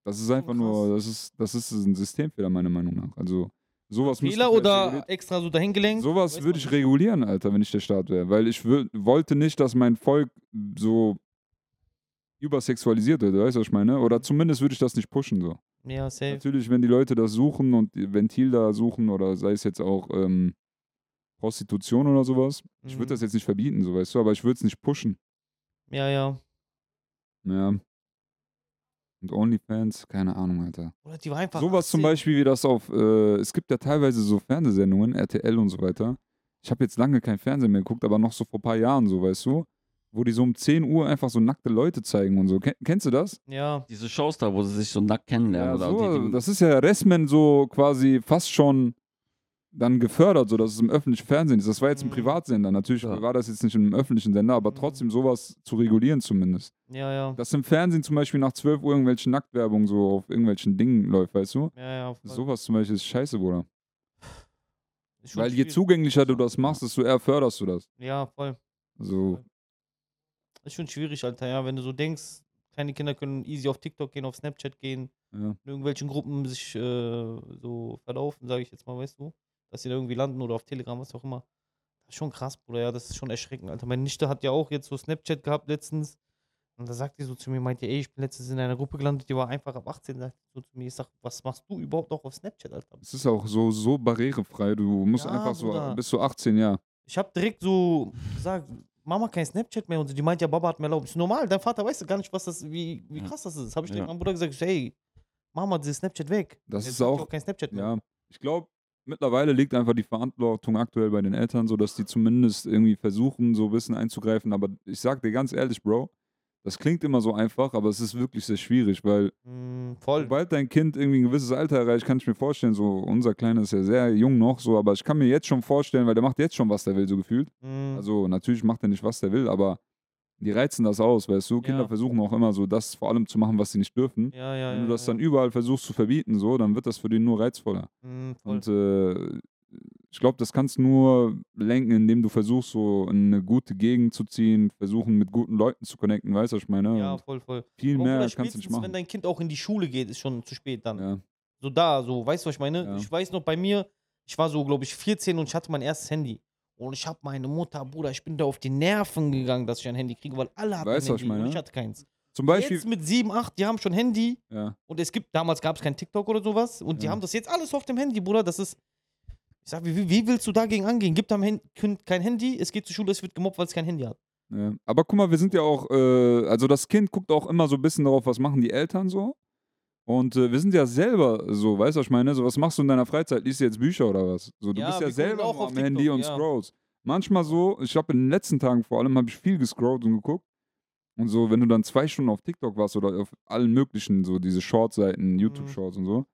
B: Das ist einfach nur, das ist, das ist ein Systemfehler, meiner Meinung nach. Also, sowas müsste
A: Fehler
B: vielleicht
A: oder
B: reguliert-
A: extra so dahin gelenkt?
B: Sowas
A: Weiß
B: würde
A: man
B: ich
A: nicht.
B: regulieren, Alter, wenn ich der Staat wäre. Weil ich wür- wollte nicht, dass mein Volk so übersexualisiert wird, weißt du, was ich meine?
A: Mhm.
B: Oder zumindest würde ich das nicht pushen, so.
A: Ja, safe.
B: Natürlich, wenn die Leute das suchen und die Ventil da suchen oder sei es jetzt auch ähm, Prostitution oder sowas. Ich würde
A: Mhm.
B: das jetzt nicht verbieten, so, weißt du, aber ich würde es nicht pushen.
A: Ja, ja.
B: Ja. Und Onlyfans, keine Ahnung, Alter.
A: Oder die war einfach.
B: Sowas zum
A: 18.
B: Beispiel wie das auf, äh, es gibt ja teilweise so Fernsehsendungen, RTL und so weiter. Ich habe jetzt lange kein Fernsehen mehr geguckt, aber noch so vor ein paar Jahren, so weißt du, wo die so um 10 Uhr einfach so nackte Leute zeigen und so. Ken kennst du das?
A: Ja.
C: Diese Shows da, wo sie sich so nackt kennenlernen. oder
B: so,
C: die, die,
B: das ist ja Restman so quasi fast schon dann gefördert, so dass es im öffentlichen Fernsehen ist. Das war jetzt ein
A: Mhm.
B: Privatsender. Natürlich
C: Ja.
B: war das jetzt nicht im öffentlichen Sender, aber
A: Mhm.
B: trotzdem sowas zu regulieren zumindest.
A: Ja, ja.
B: Dass im Fernsehen zum Beispiel nach 12 Uhr irgendwelche Nacktwerbung so auf irgendwelchen Dingen läuft, weißt du?
A: Ja, ja. voll.
B: Sowas zum Beispiel ist scheiße, Bruder.
A: Ist schon
B: Weil je
A: schwierig.
B: zugänglicher du das machst, desto eher förderst du das.
A: Ja, voll.
B: Also,
A: Ist schon schwierig, Alter. Ja, wenn du so denkst, kleine Kinder können easy auf TikTok gehen, auf Snapchat gehen,
B: ja.
A: in irgendwelchen Gruppen sich äh, so verlaufen, sage ich jetzt mal, weißt du? Dass sie da irgendwie landen oder auf Telegram, was auch immer. Das ist schon krass, Bruder. Ja, das ist schon erschreckend, Alter. Meine Nichte hat ja auch jetzt so Snapchat gehabt letztens. Und Und da sagt die so zu mir, meinte, ey, ich bin letztens in einer Gruppe gelandet, die war einfach ab 18, sagt die so zu mir, ich sag, was machst du überhaupt noch auf Snapchat, Alter?
B: Es ist auch so, so barrierefrei. Du musst
A: Ja,
B: einfach so
A: Bruder.
B: bis zu 18 Jahre.
A: Ich hab direkt so gesagt, Mama kein Snapchat mehr und so. die meint ja, Baba hat mir erlaubt. Ist normal, dein Vater weiß gar nicht, was das, wie, wie
C: Ja.
A: krass das ist. Hab ich direkt
C: Ja.
A: meinem Bruder gesagt, ey, Mama, dieses Snapchat weg.
B: Das ist
A: hab ich
B: auch-
A: kein Snapchat mehr.
B: Ja, ich glaube, mittlerweile liegt einfach die Verantwortung aktuell bei den Eltern, so dass die zumindest irgendwie versuchen, so ein bisschen einzugreifen. Aber ich sag dir ganz ehrlich, Bro, das klingt immer so einfach, aber es ist wirklich sehr schwierig, weil
A: Mm, voll.
B: sobald dein Kind irgendwie ein gewisses Alter erreicht, kann ich mir vorstellen, so unser Kleiner ist ja sehr jung noch, so, aber ich kann mir jetzt schon vorstellen, weil der macht jetzt schon, was der will, so gefühlt.
A: Mm,
B: Also natürlich macht er nicht, was der will, aber die reizen das aus, weißt du? Kinder
A: Ja.
B: versuchen auch immer so das vor allem zu machen, was sie nicht dürfen.
A: ja, ja,
B: Wenn
A: ja,
B: du das
A: ja.
B: dann überall versuchst zu verbieten, so, dann wird das für den nur reizvoller.
A: Mm, voll.
B: Und äh, ich glaube, das kannst du nur lenken, indem du versuchst, so in eine gute Gegend zu ziehen, versuchen, mit guten Leuten zu connecten, weißt du, was ich meine?
A: ja,
B: Und
A: voll, voll.
B: viel
A: Aber
B: mehr
A: Bruder,
B: kannst du nicht
A: spätestens, wenn
B: machen.
A: dein Kind auch in die Schule geht, ist schon zu spät dann.
B: Ja.
A: So da, so, weißt du, was ich meine?
B: Ja.
A: Ich weiß noch, bei mir, ich war so, glaube ich, 14 und ich hatte mein erstes Handy. Und ich habe meine Mutter, Bruder, ich bin da auf die Nerven gegangen, dass ich ein Handy kriege, weil alle hatten
B: Weißt
A: ein
B: du, was ich
A: Handy und
B: meine?
A: ich hatte keins.
B: Zum Beispiel,
A: Jetzt mit 7, 8, die haben schon Handy
B: ja,
A: und es gibt, damals gab es kein TikTok oder sowas und die
B: Ja.
A: haben das jetzt alles auf dem Handy, Bruder, das ist, ich sag, wie, wie- wie willst du dagegen angehen? Gibt am Hand- Kind kein Handy, es geht zur Schule, es wird gemobbt, weil es kein Handy hat.
B: ja. Aber guck mal, wir sind ja auch, äh, also das Kind guckt auch immer so ein bisschen darauf, was machen die Eltern so. Und äh, wir sind ja selber so, weißt du, was ich meine? So, was machst du in deiner Freizeit? Liest du jetzt Bücher oder was? So, du
A: Ja,
B: bist ja
A: wir gucken
B: selber
A: auch
B: nur
A: auf
B: am
A: TikTok,
B: Handy und
A: ja.
B: scrollst. Manchmal so, ich habe in den letzten Tagen vor allem, habe ich viel gescrollt und geguckt. Und so, wenn du dann zwei Stunden auf TikTok warst oder auf allen möglichen, so diese
A: Mhm.
B: Short-Seiten, YouTube-Shorts und so,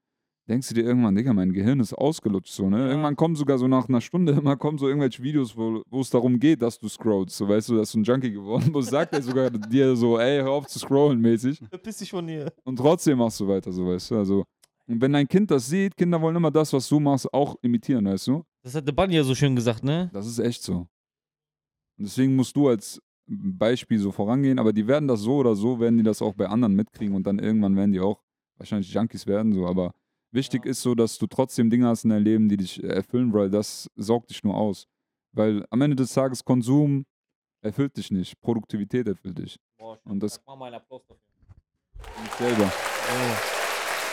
B: denkst du dir irgendwann, Digga, mein Gehirn ist ausgelutscht so, ne?
A: Ja.
B: Irgendwann kommen sogar so nach einer Stunde immer kommen so irgendwelche Videos, wo wo es darum geht, dass du scrollst. So, weißt du, dass du ein Junkie geworden bist, sagt er sogar dir so, ey, hör auf zu scrollen mäßig.
A: Verpiss dich von dir.
B: Und trotzdem machst du weiter, so, weißt du. Also, und wenn dein Kind das sieht, Kinder wollen immer das, was du machst, auch imitieren, weißt du?
A: Das hat der Bunny ja so schön gesagt, ne?
B: Das ist echt so. Und deswegen musst du als Beispiel so vorangehen, aber die werden das so oder so, werden die das auch bei anderen mitkriegen und dann irgendwann werden die auch wahrscheinlich Junkies werden, so, aber wichtig
A: Ja.
B: ist so, dass du trotzdem Dinge hast in deinem Leben, die dich äh, erfüllen, weil das saugt dich nur aus. Weil am Ende des Tages Konsum erfüllt dich nicht, Produktivität erfüllt dich. Und das-
A: Mach mal einen Applaus dafür.
B: Nicht selber.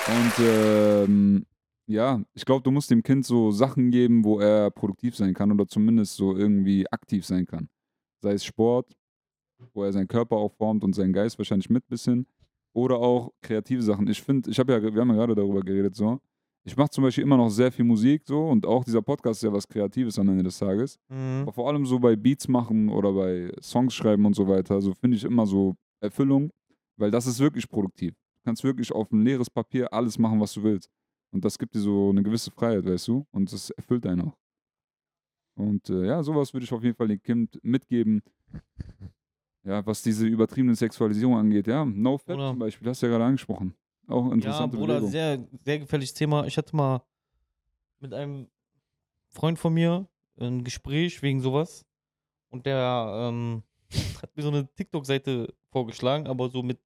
B: Und ähm, ja, ich glaube, du musst dem Kind so Sachen geben, wo er produktiv sein kann oder zumindest so irgendwie aktiv sein kann. Sei es Sport, wo er seinen Körper auch formt und seinen Geist wahrscheinlich mit bisschen. Oder auch kreative Sachen. Ich finde, ich habe ja, wir haben ja gerade darüber geredet, so. Ich mache zum Beispiel immer noch sehr viel Musik so und auch dieser Podcast ist ja was Kreatives am Ende des Tages.
A: Mhm.
B: Aber vor allem so bei Beats machen oder bei Songs schreiben und so weiter, so finde ich immer so Erfüllung, weil das ist wirklich produktiv. Du kannst wirklich auf ein leeres Papier alles machen, was du willst. Und das gibt dir so eine gewisse Freiheit, weißt du? Und das erfüllt einen auch. Und äh, ja, sowas würde ich auf jeden Fall dem Kind mitgeben. Ja, was diese übertriebene Sexualisierung angeht, ja. No Fat
A: Bruder.
B: zum Beispiel, hast du ja gerade angesprochen. Auch
A: Ja,
B: interessante
A: Bruder,
B: Bewegung.
A: sehr, sehr gefährliches Thema. Ich hatte mal mit einem Freund von mir ein Gespräch wegen sowas und der ähm, hat mir so eine TikTok-Seite vorgeschlagen, aber so mit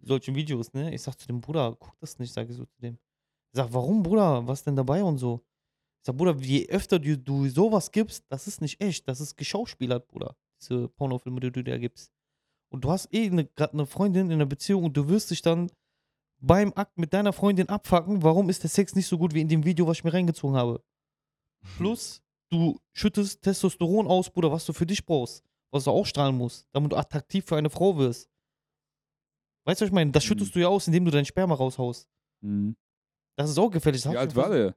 A: solchen Videos, ne? Ich sag zu dem Bruder, guck das nicht, sage ich so zu dem. Ich sag, warum, Bruder? Was denn dabei und so? Ich sag, Bruder, je öfter du, du sowas gibst, das ist nicht echt, das ist geschauspielert, Bruder. Diese Pornofilme, die du da gibst. Und du hast eh ne, gerade eine Freundin in einer Beziehung und du wirst dich dann beim Akt mit deiner Freundin abfacken, warum ist der Sex nicht so gut wie in dem Video, was ich mir reingezogen habe. Plus, du schüttest Testosteron aus, Bruder, was du für dich brauchst, was du ausstrahlen musst, damit du attraktiv für eine Frau wirst. Weißt du, was ich meine? Das
B: Mhm.
A: schüttest du ja aus, indem du dein Sperma raushaust.
B: Mhm.
A: Das ist auch gefährlich. Das
B: Wie
A: hab ich
B: alt
A: schon
B: war der?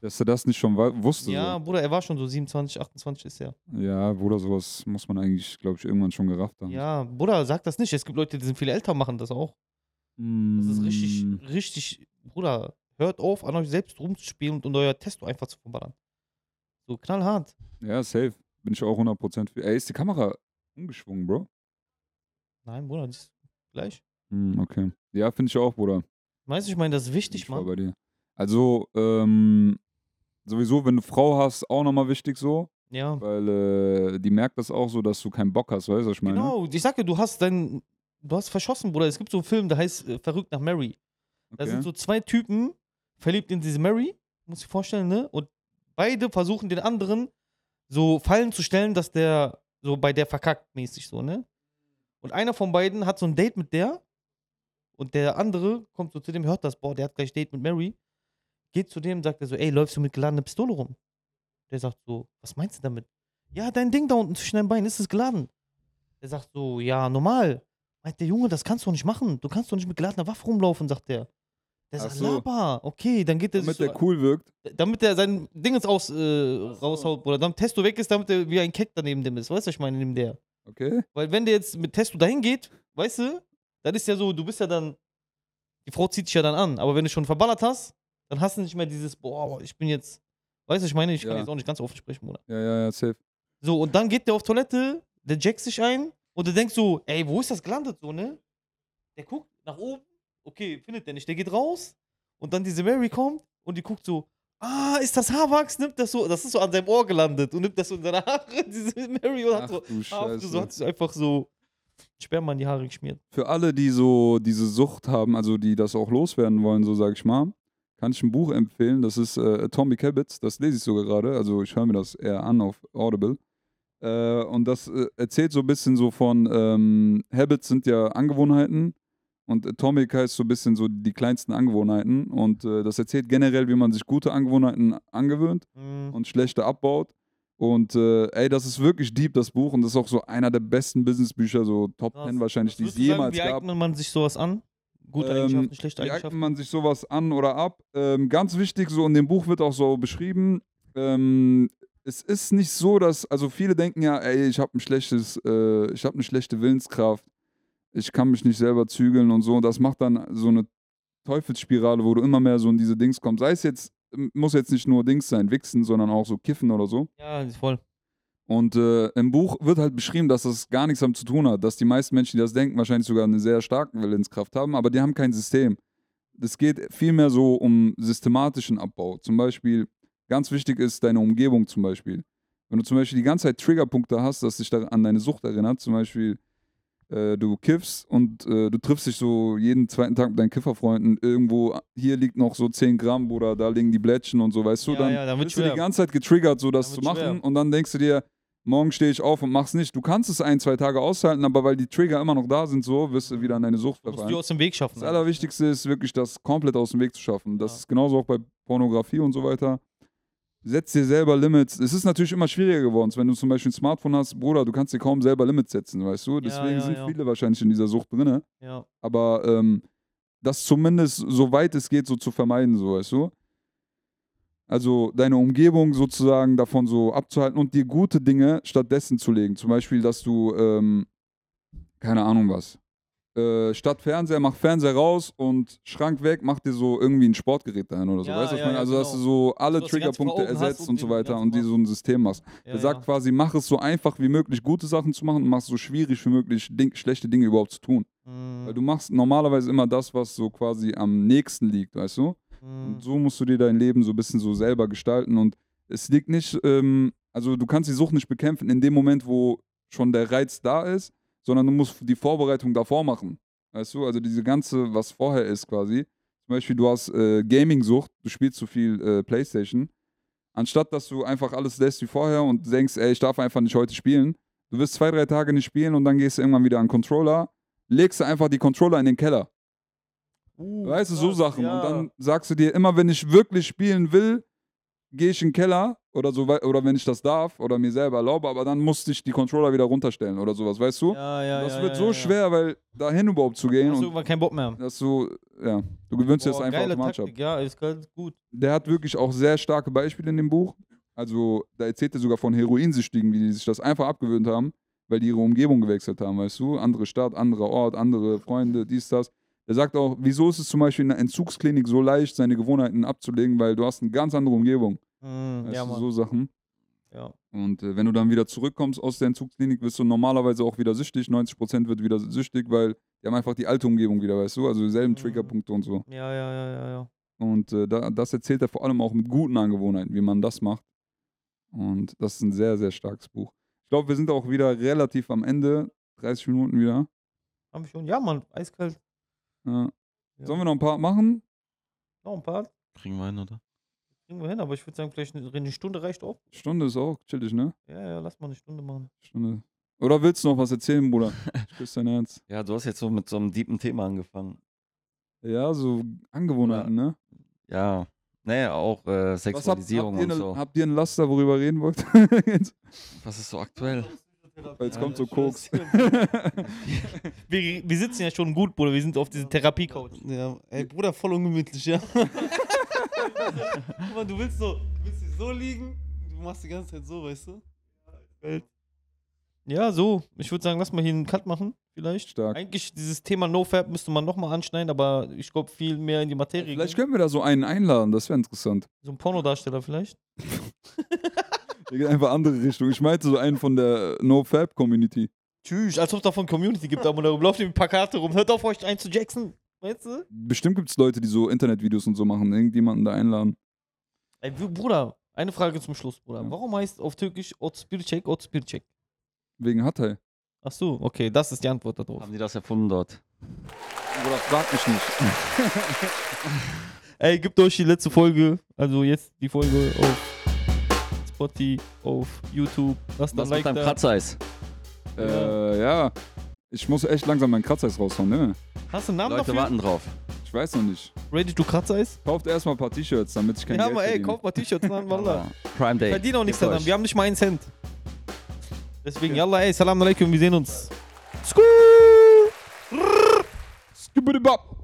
B: Dass er das nicht schon wa- wusste. so.
A: Ja, Bruder, er war schon so 27, 28 ist er.
B: Ja, Bruder, sowas muss man eigentlich, glaube ich, irgendwann schon gerafft haben.
A: Ja, Bruder, sag das nicht. Es gibt Leute, die sind viel älter, machen das auch. Das ist richtig,
B: Mm,
A: richtig, Bruder, hört auf, an euch selbst rumzuspielen und euer Testo einfach zu verballern. So knallhart.
B: Ja, safe. Bin ich auch 100% für. Ey, ist die Kamera umgeschwungen, Bro?
A: Nein, Bruder, das ist gleich.
B: Hm, okay. Ja, finde ich auch, Bruder.
A: Weißt du, ich meine, das ist
B: Bin ich
A: wichtig,
B: voll
A: Mann.
B: bei dir. Also, ähm, sowieso, wenn du Frau hast, auch nochmal wichtig so,
A: Ja.
B: weil äh, die merkt das auch so, dass du keinen Bock hast, weißt du, was ich meine?
A: Genau, ich sag ja, du hast dein, du hast verschossen, Bruder. Es gibt so einen Film, der heißt äh, Verrückt nach Mary. Da
B: Okay.
A: sind so zwei Typen verliebt in diese Mary, muss ich vorstellen, ne? Und beide versuchen den anderen so Fallen zu stellen, dass der so bei der verkackt mäßig so, ne? Und einer von beiden hat so ein Date mit der und der andere kommt so zu dem, hört das, boah, der hat gleich Date mit Mary, geht zu dem, sagt er so, ey, läufst du mit geladener Pistole rum? Der sagt so, was meinst du damit? Ja, dein Ding da unten zwischen deinen Beinen, ist es geladen? Der sagt so, ja, normal. Meint der Junge, das kannst du doch nicht machen. Du kannst doch nicht mit geladener Waffe rumlaufen, sagt der. Der
B: Ach
A: sagt,
B: so.
A: Lapa, okay, dann geht der
B: Damit
A: sich
B: der cool wirkt.
A: damit er sein Dingens aus, äh, raushaut, oder damit Testo weg ist, damit er wie ein Keck daneben dem ist. Weißt du, was ich meine, neben der.
B: Okay.
A: Weil wenn der jetzt mit Testo dahin geht, weißt du, dann ist ja so, du bist ja dann, die Frau zieht dich ja dann an. Aber wenn du schon verballert hast, dann hast du nicht mehr dieses, boah, ich bin jetzt, weißt du, ich meine, ich kann
B: Ja.
A: jetzt auch nicht ganz oft sprechen, Bruder.
B: Ja, ja, ja, safe.
A: So, und dann geht der auf Toilette, der jackt sich ein und der denkt so, ey, wo ist das gelandet, so, ne? Der guckt nach oben, okay, findet der nicht. Der geht raus und dann diese Mary kommt und die guckt so, ah, ist das Haarwachs? Nimmt das so, das ist so an seinem Ohr gelandet und nimmt das so in seine Haare, diese Mary und
B: Ach
A: hat so,
B: du
A: Haarwachs,
B: Scheiße.
A: so hat sich einfach so Sperma in die Haare geschmiert.
B: Für alle, die so diese Sucht haben, also die das auch loswerden wollen, so sage ich mal, kann ich ein Buch empfehlen. Das ist äh, Atomic Habits. Das lese ich sogar gerade. Also ich höre mir das eher an auf Audible. Äh, und das äh, erzählt so ein bisschen so von ähm, Habits sind ja Angewohnheiten und Atomic heißt so ein bisschen so die kleinsten Angewohnheiten. Und äh, das erzählt generell, wie man sich gute Angewohnheiten angewöhnt
A: Mhm.
B: und schlechte abbaut. Und äh, ey, das ist wirklich deep, das Buch. Und das ist auch so einer der besten Businessbücher, so Top
A: Krass.
B: 10 wahrscheinlich, die es
A: Würdest du sagen,
B: jemals
A: wie
B: gab.
A: eignet man sich sowas an? Gute
B: Ähm,
A: Eigenschaften, schlechte
B: Wie eignet
A: Eigenschaften.
B: man sich sowas an oder ab? Ähm, ganz wichtig, so in dem Buch wird auch so beschrieben, ähm, es ist nicht so, dass, also viele denken ja, ey, ich habe ein schlechtes, äh, ich habe eine schlechte Willenskraft, ich kann mich nicht selber zügeln und so. Das macht dann so eine Teufelsspirale, wo du immer mehr so in diese Dings kommst. Sei es jetzt, muss jetzt nicht nur Dings sein, Wichsen, sondern auch so Kiffen oder so.
A: Ja, voll.
B: Und äh, im Buch wird halt beschrieben, dass das gar nichts damit zu tun hat, dass die meisten Menschen, die das denken, wahrscheinlich sogar eine sehr starke Willenskraft haben, aber die haben kein System. Es geht vielmehr so um systematischen Abbau. Zum Beispiel, ganz wichtig ist deine Umgebung zum Beispiel. Wenn du zum Beispiel die ganze Zeit Triggerpunkte hast, dass dich da an deine Sucht erinnert, zum Beispiel äh, du kiffst und äh, du triffst dich so jeden zweiten Tag mit deinen Kifferfreunden irgendwo, hier liegt noch so 10 Gramm, Bruder, da liegen die Blättchen und so, weißt du,
A: Ja,
B: dann
A: ja, dann wird
B: bist du die
A: schwer.
B: ganze Zeit getriggert, so das
A: Dann
B: zu
A: wird
B: machen
A: schwer.
B: und dann denkst du dir, morgen stehe ich auf und mach's nicht. Du kannst es ein, zwei Tage aushalten, aber weil die Trigger immer noch da sind, so wirst du wieder an deine Sucht
A: Du musst die
B: verfallen.
A: aus dem Weg schaffen.
B: Das Allerwichtigste ist wirklich, das komplett aus dem Weg zu schaffen. Das
A: Ja.
B: ist genauso auch bei Pornografie und so weiter. Setz dir selber Limits. Es ist natürlich immer schwieriger geworden. Wenn du zum Beispiel ein Smartphone hast, Bruder, du kannst dir kaum selber Limits setzen, weißt du? Deswegen
A: ja,
B: sind
A: ja.
B: viele wahrscheinlich in dieser Sucht drinne
A: ja.
B: aber ähm, das zumindest so weit es geht so zu vermeiden, so weißt du. Also deine Umgebung sozusagen davon so abzuhalten und dir gute Dinge stattdessen zu legen. Zum Beispiel, dass du, ähm, keine Ahnung was, äh, statt Fernseher, mach Fernseher raus und Schrank weg, mach dir so irgendwie ein Sportgerät dahin oder so.
A: Ja,
B: weißt du, was ich
A: ja,
B: meine?
A: ja,
B: Also, dass du
A: genau.
B: so alle
A: So, dass du ganz vor
B: Triggerpunkte
A: Augen hast
B: ersetzt
A: und
B: und
A: die
B: so
A: du
B: weiter
A: ganz
B: und die
A: machst.
B: so ein System machst.
A: ja,
B: Er sagt quasi, mach es so einfach wie möglich, gute Sachen zu machen und mach es so schwierig wie möglich, Ding, schlechte Dinge überhaupt zu tun.
A: ja. Mhm.
B: Weil du machst normalerweise immer das, was so quasi am nächsten liegt, weißt du?
A: Mhm.
B: Und so musst du dir dein Leben so ein bisschen so selber gestalten. Und es liegt nicht, ähm, also du kannst die Sucht nicht bekämpfen in dem Moment, wo schon der Reiz da ist, sondern du musst die Vorbereitung davor machen. Weißt du, also diese ganze, was vorher ist quasi. Zum Beispiel, du hast äh, Gaming-Sucht, du spielst zu viel äh, Playstation. Anstatt, dass du einfach alles lässt wie vorher und denkst, ey, ich darf einfach nicht heute spielen. Du wirst zwei, drei Tage nicht spielen und dann gehst du irgendwann wieder an den Controller, legst du einfach die Controller in den Keller.
A: Uh,
B: Weißt du, so
A: krass,
B: Sachen.
A: ja.
B: Und dann sagst du dir immer, wenn ich wirklich spielen will, gehe ich in den Keller oder so wei- oder wenn ich das darf oder mir selber erlaube, aber dann musste ich die Controller wieder runterstellen oder sowas, weißt du?
A: Ja, ja,
B: das
A: ja,
B: wird
A: ja,
B: so
A: ja. Also,
B: schwer, weil dahin überhaupt zu gehen
A: Hast du
B: und
A: irgendwann keinen Bock mehr.
B: dass du, ja, du gewöhnst dir das
A: Boah,
B: einfach
A: geile
B: automatisch ab.
A: Taktik, ja, ist ganz gut.
B: Der hat wirklich auch sehr starke Beispiele in dem Buch. Also, da erzählt er sogar von Heroinsüchtigen, wie die sich das einfach abgewöhnt haben, weil die ihre Umgebung gewechselt haben, weißt du? Andere Stadt, anderer Ort, andere Freunde, dies, das. Er sagt auch, wieso ist es zum Beispiel in einer Entzugsklinik so leicht, seine Gewohnheiten abzulegen, weil du hast eine ganz andere Umgebung.
A: Mhm,
B: Weißt
A: ja,
B: du,
A: Mann.
B: so Sachen.
A: ja.
B: Und äh, wenn du dann wieder zurückkommst aus der Entzugsklinik, wirst du normalerweise auch wieder süchtig. 90% wird wieder süchtig, weil die haben einfach die alte Umgebung wieder, weißt du? Also dieselben
A: Mhm.
B: Triggerpunkte und so.
A: ja, ja, ja, ja, ja.
B: Und äh, da, das erzählt er vor allem auch mit guten Angewohnheiten, wie man das macht. Und das ist ein sehr, sehr starkes Buch. Ich glaube, wir sind auch wieder relativ am Ende. 30 Minuten wieder.
A: Haben wir schon. Ja, Mann, eiskalt.
B: Ja.
A: Ja.
B: Sollen wir noch ein paar machen?
A: Noch ein paar
C: Kriegen wir hin, oder?
A: kriegen wir hin, aber ich würde sagen, vielleicht eine, eine Stunde reicht auch.
B: Stunde ist auch chillig, ne?
A: Ja, ja, lass mal eine Stunde machen.
B: Stunde. Oder willst du noch was erzählen, Bruder? Ich küsse dein Herz.
C: Ja, du hast jetzt so mit so einem deepen Thema angefangen.
B: Ja, so Angewohnheiten, ne?
C: Ja. Naja, auch äh,
B: Was habt, habt, ihr
C: Sexualisierung
B: ne,
C: und so.
B: habt ihr ein Laster, worüber ihr reden wollt? jetzt
C: Was ist so aktuell?
B: jetzt kommt so Koks.
A: Wir, wir sitzen ja schon gut, Bruder. Wir sind auf diesem Therapie-Couch.
D: Ja, ey, Bruder, voll ungemütlich, ja. Guck mal, du willst so, du willst nicht so liegen, du machst die ganze Zeit so, weißt du?
A: Ja, so. Ich würde sagen, lass mal hier einen Cut machen, vielleicht.
B: stark.
A: Eigentlich dieses Thema NoFap müsste man nochmal anschneiden, aber ich glaube viel mehr in die Materie.
B: Vielleicht
A: gehen.
B: können wir da so einen einladen, das wäre interessant.
A: So ein Pornodarsteller vielleicht.
B: Der geht einfach andere Richtung. Ich meinte so einen von der No-Fab-Community.
A: Tschüss, als ob es davon Community gibt, aber da läuft die Plakate rum. Hört auf, euch einzujacksen. Weißt du?
B: Bestimmt gibt es Leute, die so Internetvideos und so machen, irgendjemanden da einladen.
A: Ey, w- Bruder, eine Frage zum Schluss, Bruder.
B: Ja.
A: Warum heißt auf Türkisch Otspircek, Otspircek?
B: Wegen Hatay.
A: Ach so, okay, das ist die Antwort darauf.
C: Haben die das erfunden dort?
B: Bruder, frag mich nicht.
A: Ey, gebt euch die letzte Folge, also jetzt die Folge auf Spotify, auf YouTube. Lasst ein
C: Was
A: Like
C: mit deinem
A: da.
C: Kratzer ist?
B: Äh, ja. Ich muss echt langsam meinen Kratzeis raushauen, ne?
A: Hast du einen Namen
C: Leute
A: dafür?
C: warten drauf.
B: Ich weiß noch nicht.
A: Ready to Kratzer ist?
B: Kauft erstmal ein paar T-Shirts, damit ich kein
A: Ja,
B: Geld
A: mal, ey,
B: verdiene.
A: kauf mal T-Shirts an, Wallah.
C: Prime Day.
A: Verdien auch nichts
C: Gebt
A: daran,
C: euch.
A: wir haben nicht mal einen Cent. Deswegen, yalla, ey, salam alaikum, wir sehen uns.
B: Skibidi-bop.